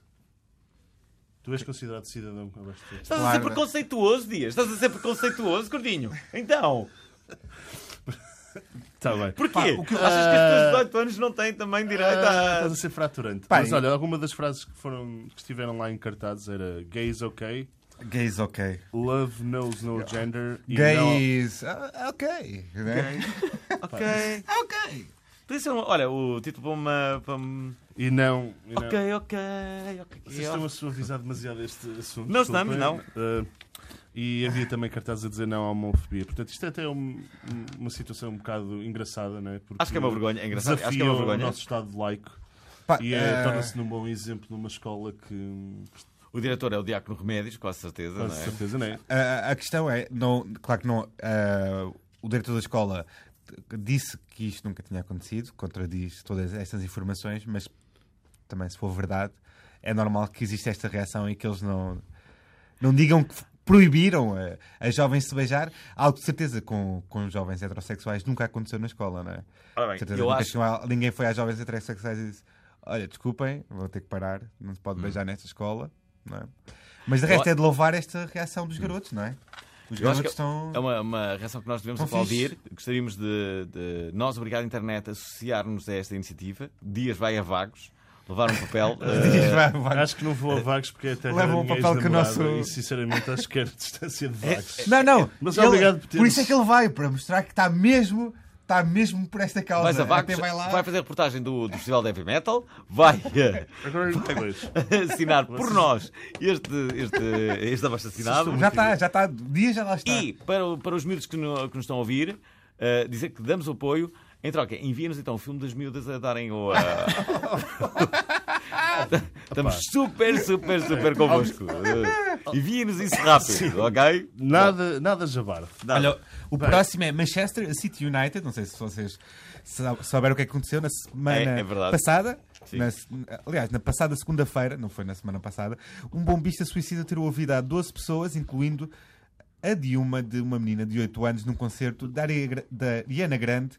[SPEAKER 4] Tu és considerado cidadão com abaixo de 18
[SPEAKER 1] Estás a
[SPEAKER 2] Claro.
[SPEAKER 1] ser preconceituoso, Dias. Estás a ser preconceituoso, gordinho. Então,
[SPEAKER 4] Está bem.
[SPEAKER 1] porquê?
[SPEAKER 2] Pá, o que eu-
[SPEAKER 1] Tá
[SPEAKER 2] é Ah,
[SPEAKER 1] Achas que as pessoas de 18 anos não têm também direito a.
[SPEAKER 4] Ah,
[SPEAKER 2] então,
[SPEAKER 4] Estás a ser fraturante.
[SPEAKER 2] Pá,
[SPEAKER 4] Mas
[SPEAKER 2] eu-
[SPEAKER 4] olha, alguma das frases que, foram, que estiveram lá em cartazes era gays ok,
[SPEAKER 2] Gays, ok.
[SPEAKER 4] love knows no gender e
[SPEAKER 2] Gays, ah, ok. né?
[SPEAKER 1] Ok.
[SPEAKER 2] Ok.
[SPEAKER 1] Podia ser um- Olha, o título para uma. Para... um-
[SPEAKER 4] não... E não, e não.
[SPEAKER 1] Ok, ok, ok.
[SPEAKER 4] Vocês estão a suavizar demasiado este assunto.
[SPEAKER 1] Não estamos,
[SPEAKER 4] desculpem.
[SPEAKER 1] não.
[SPEAKER 4] Eh, e havia também cartazes a dizer não à homofobia. Portanto, isto é até um- um- uma situação um bocado engraçada, não é? Porque
[SPEAKER 1] Acho que é uma vergonha, é engraçado. Acho que é
[SPEAKER 4] desafiam
[SPEAKER 1] uma vergonha.
[SPEAKER 4] o nosso estado laico
[SPEAKER 2] Pá,
[SPEAKER 4] e
[SPEAKER 2] eh,
[SPEAKER 4] é, torna-se num bom exemplo numa escola que, hum,
[SPEAKER 1] O diretor é o Diácono Remédios, com a certeza,
[SPEAKER 4] com
[SPEAKER 1] não é?
[SPEAKER 4] certeza, não é?
[SPEAKER 2] a, a questão é, não, claro que não, ah, o diretor da escola disse que isto nunca tinha acontecido, contradiz todas estas informações, mas também se for verdade, é normal que exista esta reação e que eles não, não digam que proibiram a, a jovens de se beijar, algo de certeza com, com jovens heterossexuais nunca aconteceu na escola, não é?
[SPEAKER 1] Ora bem,
[SPEAKER 2] De certeza,
[SPEAKER 1] eu
[SPEAKER 2] nunca
[SPEAKER 1] acho-
[SPEAKER 2] chegou a- Ninguém foi às jovens heterossexuais e disse: Olha, desculpem, vou ter que parar, não se pode
[SPEAKER 1] Hum.
[SPEAKER 2] beijar nesta escola, não é? Mas de resto
[SPEAKER 1] Eu-
[SPEAKER 2] é de louvar esta reação dos garotos, não é? Os
[SPEAKER 1] Eu acho
[SPEAKER 2] garotos
[SPEAKER 1] que
[SPEAKER 2] estão.
[SPEAKER 1] É uma, uma reação que nós devemos
[SPEAKER 2] Tão
[SPEAKER 1] aplaudir. Gostaríamos de, de nós, obrigado internet, associar-nos a esta iniciativa. Dias vai a vagos, levar um papel.
[SPEAKER 2] Diz,
[SPEAKER 1] eh,
[SPEAKER 2] vai, vai.
[SPEAKER 4] Acho que não vou a Vagos porque é até
[SPEAKER 2] Leva um papel que o nosso- É.
[SPEAKER 4] E sinceramente acho que era distância de Vagos.
[SPEAKER 2] Não, não.
[SPEAKER 4] Mas
[SPEAKER 2] ele-
[SPEAKER 4] obrigado por ter-
[SPEAKER 2] Por isso é que ele vai, para mostrar que está mesmo, está mesmo por esta causa.
[SPEAKER 1] Vais a
[SPEAKER 2] é,
[SPEAKER 1] Vagos,
[SPEAKER 2] Até vai lá.
[SPEAKER 1] vai fazer reportagem do, do Festival de Heavy Metal, vai eh,
[SPEAKER 4] Agora depois.
[SPEAKER 1] assinar por nós este, este, este abaixo assinado.
[SPEAKER 2] Já está, já está. Dia já lá está.
[SPEAKER 1] E para, o- para os miúdos que, no- que nos estão a ouvir, eh, dizer que damos apoio. Em troca, envia-nos então o filme das miúdas a darem o. eh, Estamos super, super, super convosco. Eh, Envia-nos isso rápido, ok?
[SPEAKER 4] Nada, nada jabar.
[SPEAKER 2] Olha, o próximo é Manchester City United. Não sei se vocês sou- souberam o que é que aconteceu na semana
[SPEAKER 1] É, é verdade.
[SPEAKER 2] passada.
[SPEAKER 1] Sim.
[SPEAKER 2] Na se- aliás, na passada segunda-feira, não foi na semana passada, um bombista suicida tirou a vida a 12 pessoas, incluindo a de uma de uma menina de 8 anos num concerto da Ari- da Ariana Grande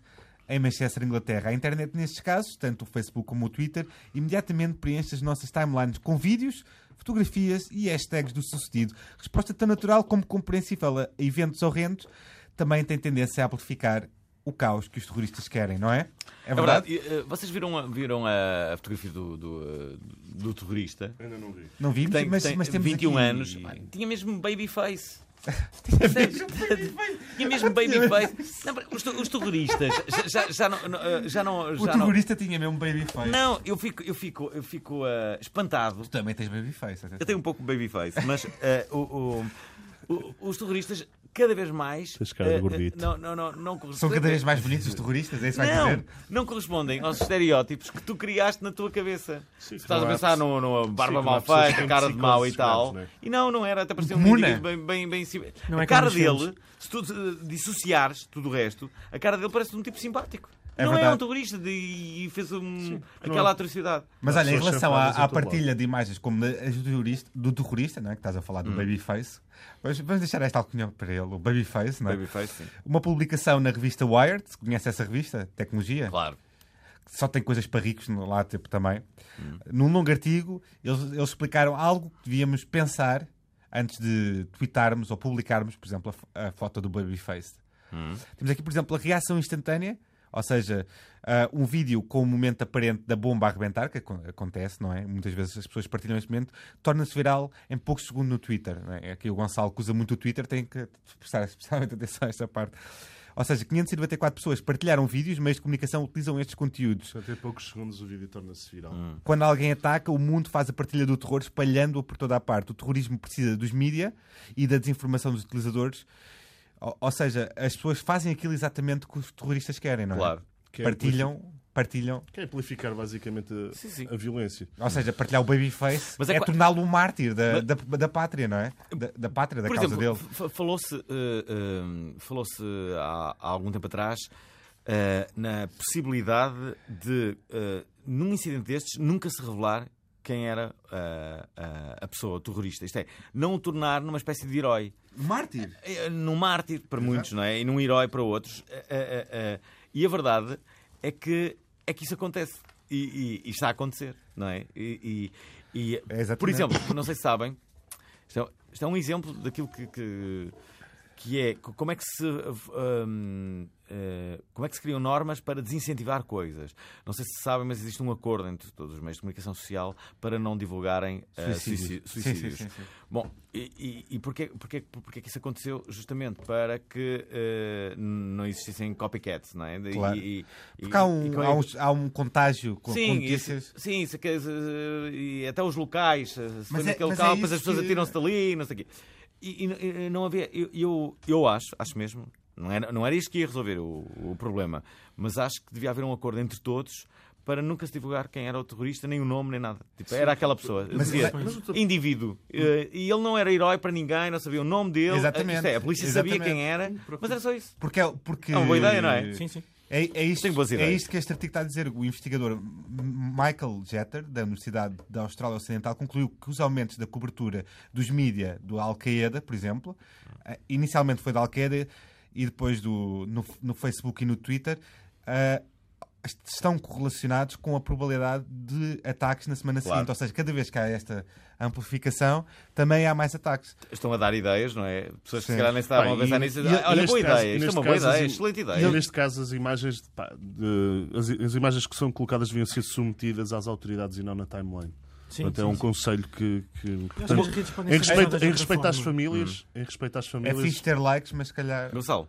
[SPEAKER 2] em Manchester, Inglaterra. A internet, nestes casos, tanto o Facebook como o Twitter, imediatamente preenche as nossas timelines com vídeos, fotografias e hashtags do sucedido. Resposta tão natural como compreensível a eventos horrendos também tem tendência a amplificar o caos que os terroristas querem, não é? É
[SPEAKER 1] É verdade. E, eh, Vocês viram, a- viram a a fotografia do, do, eh, do terrorista?
[SPEAKER 4] Ainda não vi.
[SPEAKER 2] Não vimos,
[SPEAKER 1] Tem,
[SPEAKER 2] mas,
[SPEAKER 1] tem
[SPEAKER 2] mas temos
[SPEAKER 1] 21
[SPEAKER 2] aqui-
[SPEAKER 1] anos. Mano, Tinha mesmo baby face. Tinha mesmo baby face. Não, os, tu- os terroristas já- já, já não. não, eh, Já não,
[SPEAKER 2] O
[SPEAKER 1] já não,
[SPEAKER 2] terrorista tinha mesmo baby face.
[SPEAKER 1] não eu fico, eu fico, eu fico eh, espantado.
[SPEAKER 2] Tu também tens baby face. atenção.
[SPEAKER 1] Eu tenho um pouco de baby face, mas eh, o- o- o- os terroristas cada vez mais.
[SPEAKER 4] Tens cara de
[SPEAKER 1] eh, eh,
[SPEAKER 4] gordito.
[SPEAKER 1] não, não, não, não
[SPEAKER 2] São
[SPEAKER 1] correspondem-
[SPEAKER 2] cada vez mais bonitos os terroristas, é isso que vai
[SPEAKER 1] não,
[SPEAKER 2] dizer?
[SPEAKER 1] não correspondem aos estereótipos que tu criaste na tua cabeça.
[SPEAKER 4] Sim,
[SPEAKER 1] Estás a
[SPEAKER 4] não há
[SPEAKER 1] pensar
[SPEAKER 4] pessoas-
[SPEAKER 1] no, no barba
[SPEAKER 4] sim, não há
[SPEAKER 1] mal
[SPEAKER 4] pessoas que
[SPEAKER 1] feita,
[SPEAKER 4] têm
[SPEAKER 1] cara de mau e
[SPEAKER 4] psicoses
[SPEAKER 1] tal.
[SPEAKER 4] graves,
[SPEAKER 1] E não, não era, até parecia um
[SPEAKER 2] Muna.
[SPEAKER 1] indivíduo bem, bem, bem sim-
[SPEAKER 3] Não é
[SPEAKER 1] A cara
[SPEAKER 3] como os filmes.
[SPEAKER 1] dele, se tu eh, dissociares tudo o resto, a cara dele parece de um tipo simpático.
[SPEAKER 2] É
[SPEAKER 1] não é
[SPEAKER 2] verdade.
[SPEAKER 1] um terrorista de- e fez um-
[SPEAKER 4] não
[SPEAKER 1] aquela
[SPEAKER 4] é.
[SPEAKER 1] atrocidade.
[SPEAKER 2] Mas
[SPEAKER 4] Há
[SPEAKER 2] olha, em
[SPEAKER 4] pessoas
[SPEAKER 2] relação à,
[SPEAKER 4] chapadas em
[SPEAKER 2] à
[SPEAKER 4] todo lado.
[SPEAKER 2] partilha de imagens como as do terrorista, do terrorista, não é? que estás a
[SPEAKER 4] Hum.
[SPEAKER 2] falar do baby face, vamos, vamos deixar esta alcunha para ele, o baby face, não é?
[SPEAKER 1] Babyface, sim.
[SPEAKER 2] Uma publicação na revista Wired, conhece essa revista? Tecnologia?
[SPEAKER 1] Claro.
[SPEAKER 2] só tem coisas para ricos no- lá tipo, também.
[SPEAKER 4] Hum.
[SPEAKER 2] Num longo artigo, eles, eles explicaram algo que devíamos pensar antes de tweetarmos ou publicarmos, por exemplo, a fo- a, foto do Babyface. Temos aqui, por exemplo, a reação instantânea, ou seja, ah, um vídeo com o momento aparente da bomba a arrebentar, que acon- acontece, não é? Muitas vezes as pessoas partilham este momento, torna-se viral em poucos segundos no Twitter. não é? Aqui o Gonçalo, que usa muito o Twitter, tem que prestar especialmente atenção a esta parte. Ou seja, 594 pessoas partilharam vídeos, meios de comunicação utilizam estes conteúdos.
[SPEAKER 4] Até poucos segundos o vídeo torna-se viral.
[SPEAKER 2] Quando alguém ataca, o mundo faz a partilha do terror, espalhando-o por toda a parte. O terrorismo precisa dos mídia e da desinformação dos utilizadores. Ou, ou seja, as pessoas fazem aquilo exatamente que os terroristas querem, não é?
[SPEAKER 1] Claro.
[SPEAKER 4] Que é
[SPEAKER 2] Partilham, partilham.
[SPEAKER 4] Quer amplificar basicamente a,
[SPEAKER 1] Sim, sim.
[SPEAKER 4] a violência.
[SPEAKER 2] Ou seja, partilhar o babyface
[SPEAKER 1] Mas é
[SPEAKER 2] é,
[SPEAKER 1] qua-
[SPEAKER 2] torná-lo um mártir da,
[SPEAKER 1] Mas-
[SPEAKER 2] da, da pátria, não é? Da, da pátria, da
[SPEAKER 1] Por
[SPEAKER 2] causa
[SPEAKER 1] exemplo,
[SPEAKER 2] dele.
[SPEAKER 1] fa- falou-se eh, eh, falou-se há, há algum tempo atrás eh, na possibilidade de, eh, num incidente destes, nunca se revelar quem era eh, a- a pessoa terrorista. Isto é, não o tornar numa espécie de herói.
[SPEAKER 2] Mártir?
[SPEAKER 1] Eh, Num mártir para muitos, não é? E num herói para outros. Eh, eh, eh, eh, E a verdade é que, é que isso acontece. E, e- e está a acontecer, não é? E, e- e-
[SPEAKER 2] É, exatamente.
[SPEAKER 1] por exemplo, não sei se sabem, isto é, isto é um exemplo daquilo que, que, que é co- como é que se hum, eh, como é que se criam normas para desincentivar coisas. Não sei se sabem, mas existe um acordo entre todos os meios de comunicação social para não divulgarem eh, suicídios.
[SPEAKER 2] Suicídios.
[SPEAKER 1] suicídios.
[SPEAKER 2] Sim, sim, sim, sim.
[SPEAKER 1] Bom, e, e, e porquê, porquê, porquê que isso aconteceu? Justamente para que eh, não existissem copycats, não é? E-
[SPEAKER 2] Claro.
[SPEAKER 1] e- e-
[SPEAKER 2] Porque há
[SPEAKER 1] e
[SPEAKER 2] um,
[SPEAKER 1] com-
[SPEAKER 2] há uns- há um contágio com, com
[SPEAKER 1] Sim, isso,
[SPEAKER 2] notícias.
[SPEAKER 1] sim isso, que, eh, e até os locais, eh, se foi
[SPEAKER 2] é-
[SPEAKER 1] naquele
[SPEAKER 2] mas é
[SPEAKER 1] local, depois
[SPEAKER 2] isso
[SPEAKER 1] as pessoas
[SPEAKER 2] que-
[SPEAKER 1] atiram-se dali, não sei o quê. E, e- e não havia, eu, eu, eu acho, acho mesmo, não era, não era isto que ia resolver o, o problema, mas acho que devia haver um acordo entre todos para nunca se divulgar quem era o terrorista, nem o nome, nem nada. Tipo, era aquela pessoa,
[SPEAKER 2] Mas-
[SPEAKER 1] dizia,
[SPEAKER 2] mas o
[SPEAKER 1] indivíduo. Eh, E ele não era herói para ninguém, não sabia o nome dele.
[SPEAKER 2] Exatamente.
[SPEAKER 1] Isto é, a polícia sabia
[SPEAKER 2] Exatamente.
[SPEAKER 1] quem era, mas era só isso.
[SPEAKER 2] Porque, porque...
[SPEAKER 1] É uma boa ideia, não é?
[SPEAKER 3] Sim, sim.
[SPEAKER 2] É, é, isto,
[SPEAKER 1] Tenho boas
[SPEAKER 2] é
[SPEAKER 1] ideias.
[SPEAKER 2] isto que este artigo está a dizer. O investigador M- Michael Jeter, da Universidade da Austrália Ocidental, concluiu que os aumentos da cobertura dos mídia do Al-Qaeda, por exemplo, eh, inicialmente foi da Al-Qaeda e depois do, no, no Facebook e no Twitter, eh, est- estão correlacionados com a probabilidade de ataques na semana
[SPEAKER 1] Claro.
[SPEAKER 2] seguinte. Ou seja, cada vez que há esta amplificação, também há mais ataques.
[SPEAKER 1] Estão a dar ideias, não é? Pessoas que
[SPEAKER 2] Sim.
[SPEAKER 1] se calhar nem estavam a
[SPEAKER 4] Pá,
[SPEAKER 1] pensar
[SPEAKER 4] e-
[SPEAKER 1] nisso.
[SPEAKER 4] e-
[SPEAKER 1] Ah,
[SPEAKER 4] e
[SPEAKER 1] Olha,
[SPEAKER 4] neste
[SPEAKER 1] boa
[SPEAKER 4] caso-
[SPEAKER 1] ideia,
[SPEAKER 4] e
[SPEAKER 1] isto é
[SPEAKER 4] neste
[SPEAKER 1] uma boa
[SPEAKER 4] caso
[SPEAKER 1] ideia,
[SPEAKER 4] as-
[SPEAKER 1] excelente
[SPEAKER 4] E
[SPEAKER 1] ideia.
[SPEAKER 4] neste caso, as imagens, de- pá, de- as, as imagens que são colocadas deviam ser submetidas às autoridades e não na timeline.
[SPEAKER 3] Sim,
[SPEAKER 4] Portanto, é
[SPEAKER 3] sim,
[SPEAKER 4] um
[SPEAKER 3] sim.
[SPEAKER 4] conselho que. que-
[SPEAKER 3] Eu
[SPEAKER 4] portanto,
[SPEAKER 3] acho que as redes podem
[SPEAKER 4] em
[SPEAKER 3] ser
[SPEAKER 4] respeito,
[SPEAKER 3] usadas
[SPEAKER 4] em
[SPEAKER 3] de outra
[SPEAKER 4] respeito às
[SPEAKER 3] forma.
[SPEAKER 4] famílias, em respeito às
[SPEAKER 2] É
[SPEAKER 4] famílias,
[SPEAKER 2] fixe ter likes, mas se calhar.
[SPEAKER 1] Gonçalo,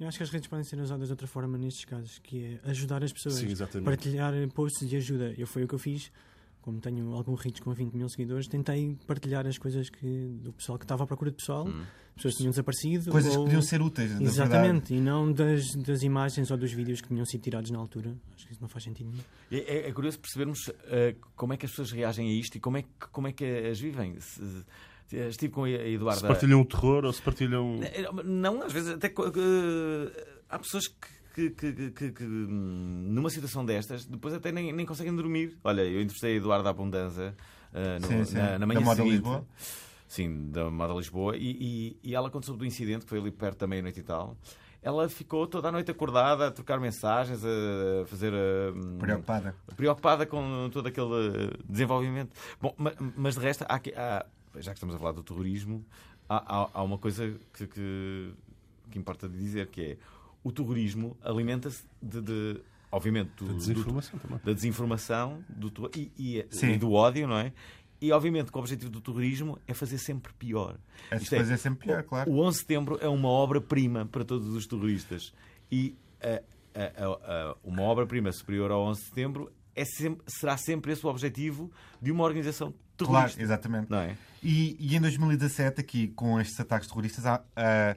[SPEAKER 3] Eu acho que as redes podem ser usadas de outra forma nestes casos, que é ajudar as pessoas.
[SPEAKER 4] Sim, exatamente.
[SPEAKER 3] Partilhar posts de ajuda. Eu foi o que eu fiz. Como tenho algum reach com 20 mil seguidores, tentei partilhar as coisas que, do pessoal que estava à procura de pessoal. As pessoas tinham desaparecido.
[SPEAKER 2] Hum. Coisas que
[SPEAKER 3] ou-
[SPEAKER 2] podiam ser úteis, na verdade.
[SPEAKER 3] Exatamente, e não das, das imagens ou dos vídeos que tinham sido tirados na altura. Acho que isso não faz sentido nenhum.
[SPEAKER 1] é, é- é curioso percebermos ah, como é que as pessoas reagem a isto e como é que, como é que as vivem. Se- se- estive com a
[SPEAKER 4] se
[SPEAKER 1] Eduarda.
[SPEAKER 4] partilham o terror ou se partilham.
[SPEAKER 1] É. Não, às vezes até co- eh, há pessoas que, que- que- que- que, hum, numa situação destas depois até nem, nem conseguem dormir. Olha, eu entrevistei a Eduardo Abundanza eh, no-
[SPEAKER 2] Sim, sim.
[SPEAKER 1] Na, na
[SPEAKER 2] Da
[SPEAKER 1] manhã
[SPEAKER 2] Moda
[SPEAKER 1] seguinte.
[SPEAKER 2] Lisboa?
[SPEAKER 1] Sim, da Moda Lisboa. E, e- e ela, quando soube do incidente, que foi ali perto da meia-noite e tal, ela ficou toda a noite acordada a trocar mensagens, a fazer. eh, hum,
[SPEAKER 2] Preocupada.
[SPEAKER 1] preocupada com todo aquele eh, desenvolvimento. Bom, ma- mas de resto, há que- há- já que estamos a falar do terrorismo, há, há- há uma coisa que, que- que importa de dizer, que é o terrorismo alimenta-se de, de, obviamente, do-
[SPEAKER 4] de
[SPEAKER 1] do-
[SPEAKER 4] Desinformação também.
[SPEAKER 1] da desinformação do tu- e, e-
[SPEAKER 2] Sim.
[SPEAKER 1] e do ódio, não é? E obviamente que o objetivo do terrorismo é fazer sempre pior.
[SPEAKER 2] É
[SPEAKER 1] Isto é,
[SPEAKER 2] fazer sempre pior, claro.
[SPEAKER 1] O 11 de setembro é uma obra-prima para todos os terroristas. E eh, a- a- a- a- eh, uma obra-prima superior ao 11 de setembro é sem- será sempre esse o objetivo de uma organização
[SPEAKER 2] Claro,
[SPEAKER 1] terrorista.
[SPEAKER 2] exatamente.
[SPEAKER 1] Não é?
[SPEAKER 2] E, e em 2017, aqui com estes ataques terroristas, há, ah,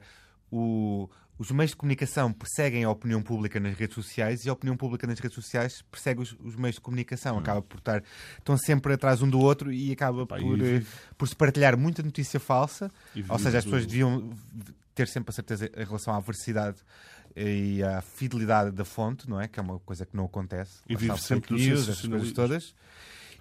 [SPEAKER 2] o- os meios de comunicação perseguem a opinião pública nas redes sociais e a opinião pública nas redes sociais persegue os, os meios de comunicação. Acaba por estar. Estão sempre atrás um do outro e acaba
[SPEAKER 4] Pá,
[SPEAKER 2] por,
[SPEAKER 4] e-
[SPEAKER 2] eh, por se partilhar muita notícia falsa.
[SPEAKER 4] E
[SPEAKER 2] Ou seja,
[SPEAKER 4] vive-
[SPEAKER 2] as pessoas deviam ter sempre a certeza em relação à veracidade e à fidelidade da fonte, não é? Que é uma coisa que não acontece.
[SPEAKER 4] E
[SPEAKER 2] Lá
[SPEAKER 4] vive
[SPEAKER 2] está o
[SPEAKER 4] sempre do
[SPEAKER 2] fake news, essas coisas
[SPEAKER 4] sensacionalismo.
[SPEAKER 2] todas.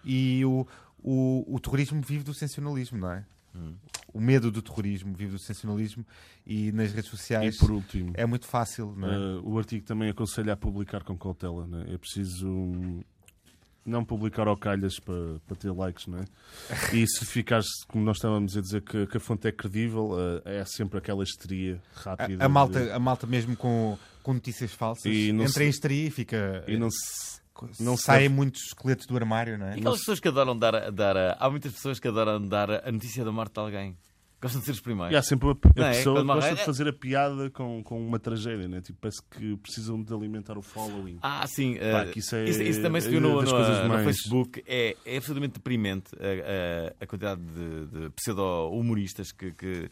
[SPEAKER 2] E o, o, o terrorismo vive do sensacionalismo, não é?
[SPEAKER 4] Hum.
[SPEAKER 2] O medo do terrorismo vive do sensacionalismo e nas redes
[SPEAKER 4] E
[SPEAKER 2] sociais
[SPEAKER 4] por um. último.
[SPEAKER 2] é muito fácil, não é?
[SPEAKER 4] Uh, o artigo também aconselha a publicar com cautela. Né? É preciso hum, não publicar ao calhas para, para ter likes. Né? E certificar-se, como nós estávamos a dizer, que, que a fonte é credível, uh, é sempre aquela histeria rápida.
[SPEAKER 2] A, a
[SPEAKER 4] de-
[SPEAKER 2] malta, é- a malta mesmo com, com notícias falsas
[SPEAKER 4] E não
[SPEAKER 2] entra
[SPEAKER 4] se-
[SPEAKER 2] em histeria e fica.
[SPEAKER 4] E não se. não se
[SPEAKER 2] saem
[SPEAKER 4] deve-
[SPEAKER 2] muitos esqueletos do armário, não é?
[SPEAKER 1] E aquelas pessoas que adoram dar, a- dar a- Há muitas pessoas que adoram dar a a notícia da morte de alguém. Gostam de ser os primeiros.
[SPEAKER 4] E há sempre a, a
[SPEAKER 1] Não é?
[SPEAKER 4] pessoa que
[SPEAKER 1] Quando
[SPEAKER 4] gosta
[SPEAKER 1] morre-
[SPEAKER 4] de fazer a piada com, com uma tragédia. Né? Tipo, parece que precisam de alimentar o following.
[SPEAKER 1] Ah, sim.
[SPEAKER 4] Pá,
[SPEAKER 1] eh,
[SPEAKER 4] que isso é-
[SPEAKER 1] isso, isso também se viu
[SPEAKER 4] é
[SPEAKER 1] no,
[SPEAKER 4] das
[SPEAKER 1] no-
[SPEAKER 4] coisas
[SPEAKER 1] no
[SPEAKER 4] mais-
[SPEAKER 1] Facebook. É, é absolutamente deprimente eh, a, a- a quantidade de, de pseudo-humoristas que, que,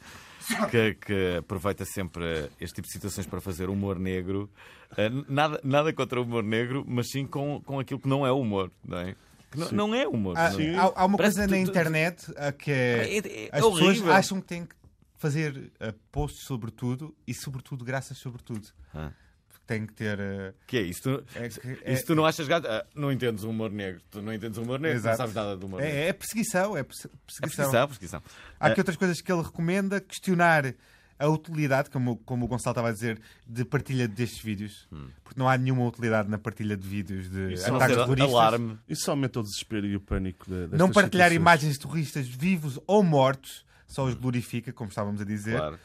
[SPEAKER 1] que- que aproveita sempre este tipo de situações para fazer humor negro. Eh, Nada, nada contra o humor negro, mas sim com, com aquilo que não é humor, não é? Que não,
[SPEAKER 4] Sim.
[SPEAKER 1] não é humor.
[SPEAKER 2] Há,
[SPEAKER 1] não é?
[SPEAKER 2] há- há uma
[SPEAKER 1] Parece
[SPEAKER 2] coisa
[SPEAKER 1] que
[SPEAKER 2] na
[SPEAKER 1] tu- tu-
[SPEAKER 2] internet ah, que Ah,
[SPEAKER 1] É-
[SPEAKER 2] é.
[SPEAKER 1] é- é
[SPEAKER 2] as pessoas
[SPEAKER 1] horrível.
[SPEAKER 2] acham que têm que fazer ah, posts sobre tudo e, sobretudo, graças sobretudo.
[SPEAKER 1] Ah.
[SPEAKER 2] Porque Tem que ter. ah,
[SPEAKER 1] Que é isso? Tu,
[SPEAKER 2] é que- é-
[SPEAKER 1] isso tu não achas gato? Ah, não entendes o humor negro. Tu não entendes o humor negro, não
[SPEAKER 2] Exato.
[SPEAKER 1] sabes nada do humor negro.
[SPEAKER 2] é, é perseguição, é perse-
[SPEAKER 1] É
[SPEAKER 2] perseguição.
[SPEAKER 1] perseguição, é. perseguição.
[SPEAKER 2] Há aqui outras coisas que ele recomenda: questionar a utilidade, como, como o Gonçalo estava a dizer, de partilha destes vídeos. Porque não há nenhuma utilidade na partilha de vídeos de
[SPEAKER 4] Isso
[SPEAKER 1] A Hum. não
[SPEAKER 2] É, ataques
[SPEAKER 1] ser
[SPEAKER 2] terroristas.
[SPEAKER 1] alarme.
[SPEAKER 4] Isso aumenta o desespero e o pânico. de- destas
[SPEAKER 2] Não partilhar
[SPEAKER 4] situações.
[SPEAKER 2] imagens de terroristas vivos ou mortos só os glorifica, como estávamos a dizer.
[SPEAKER 1] Claro.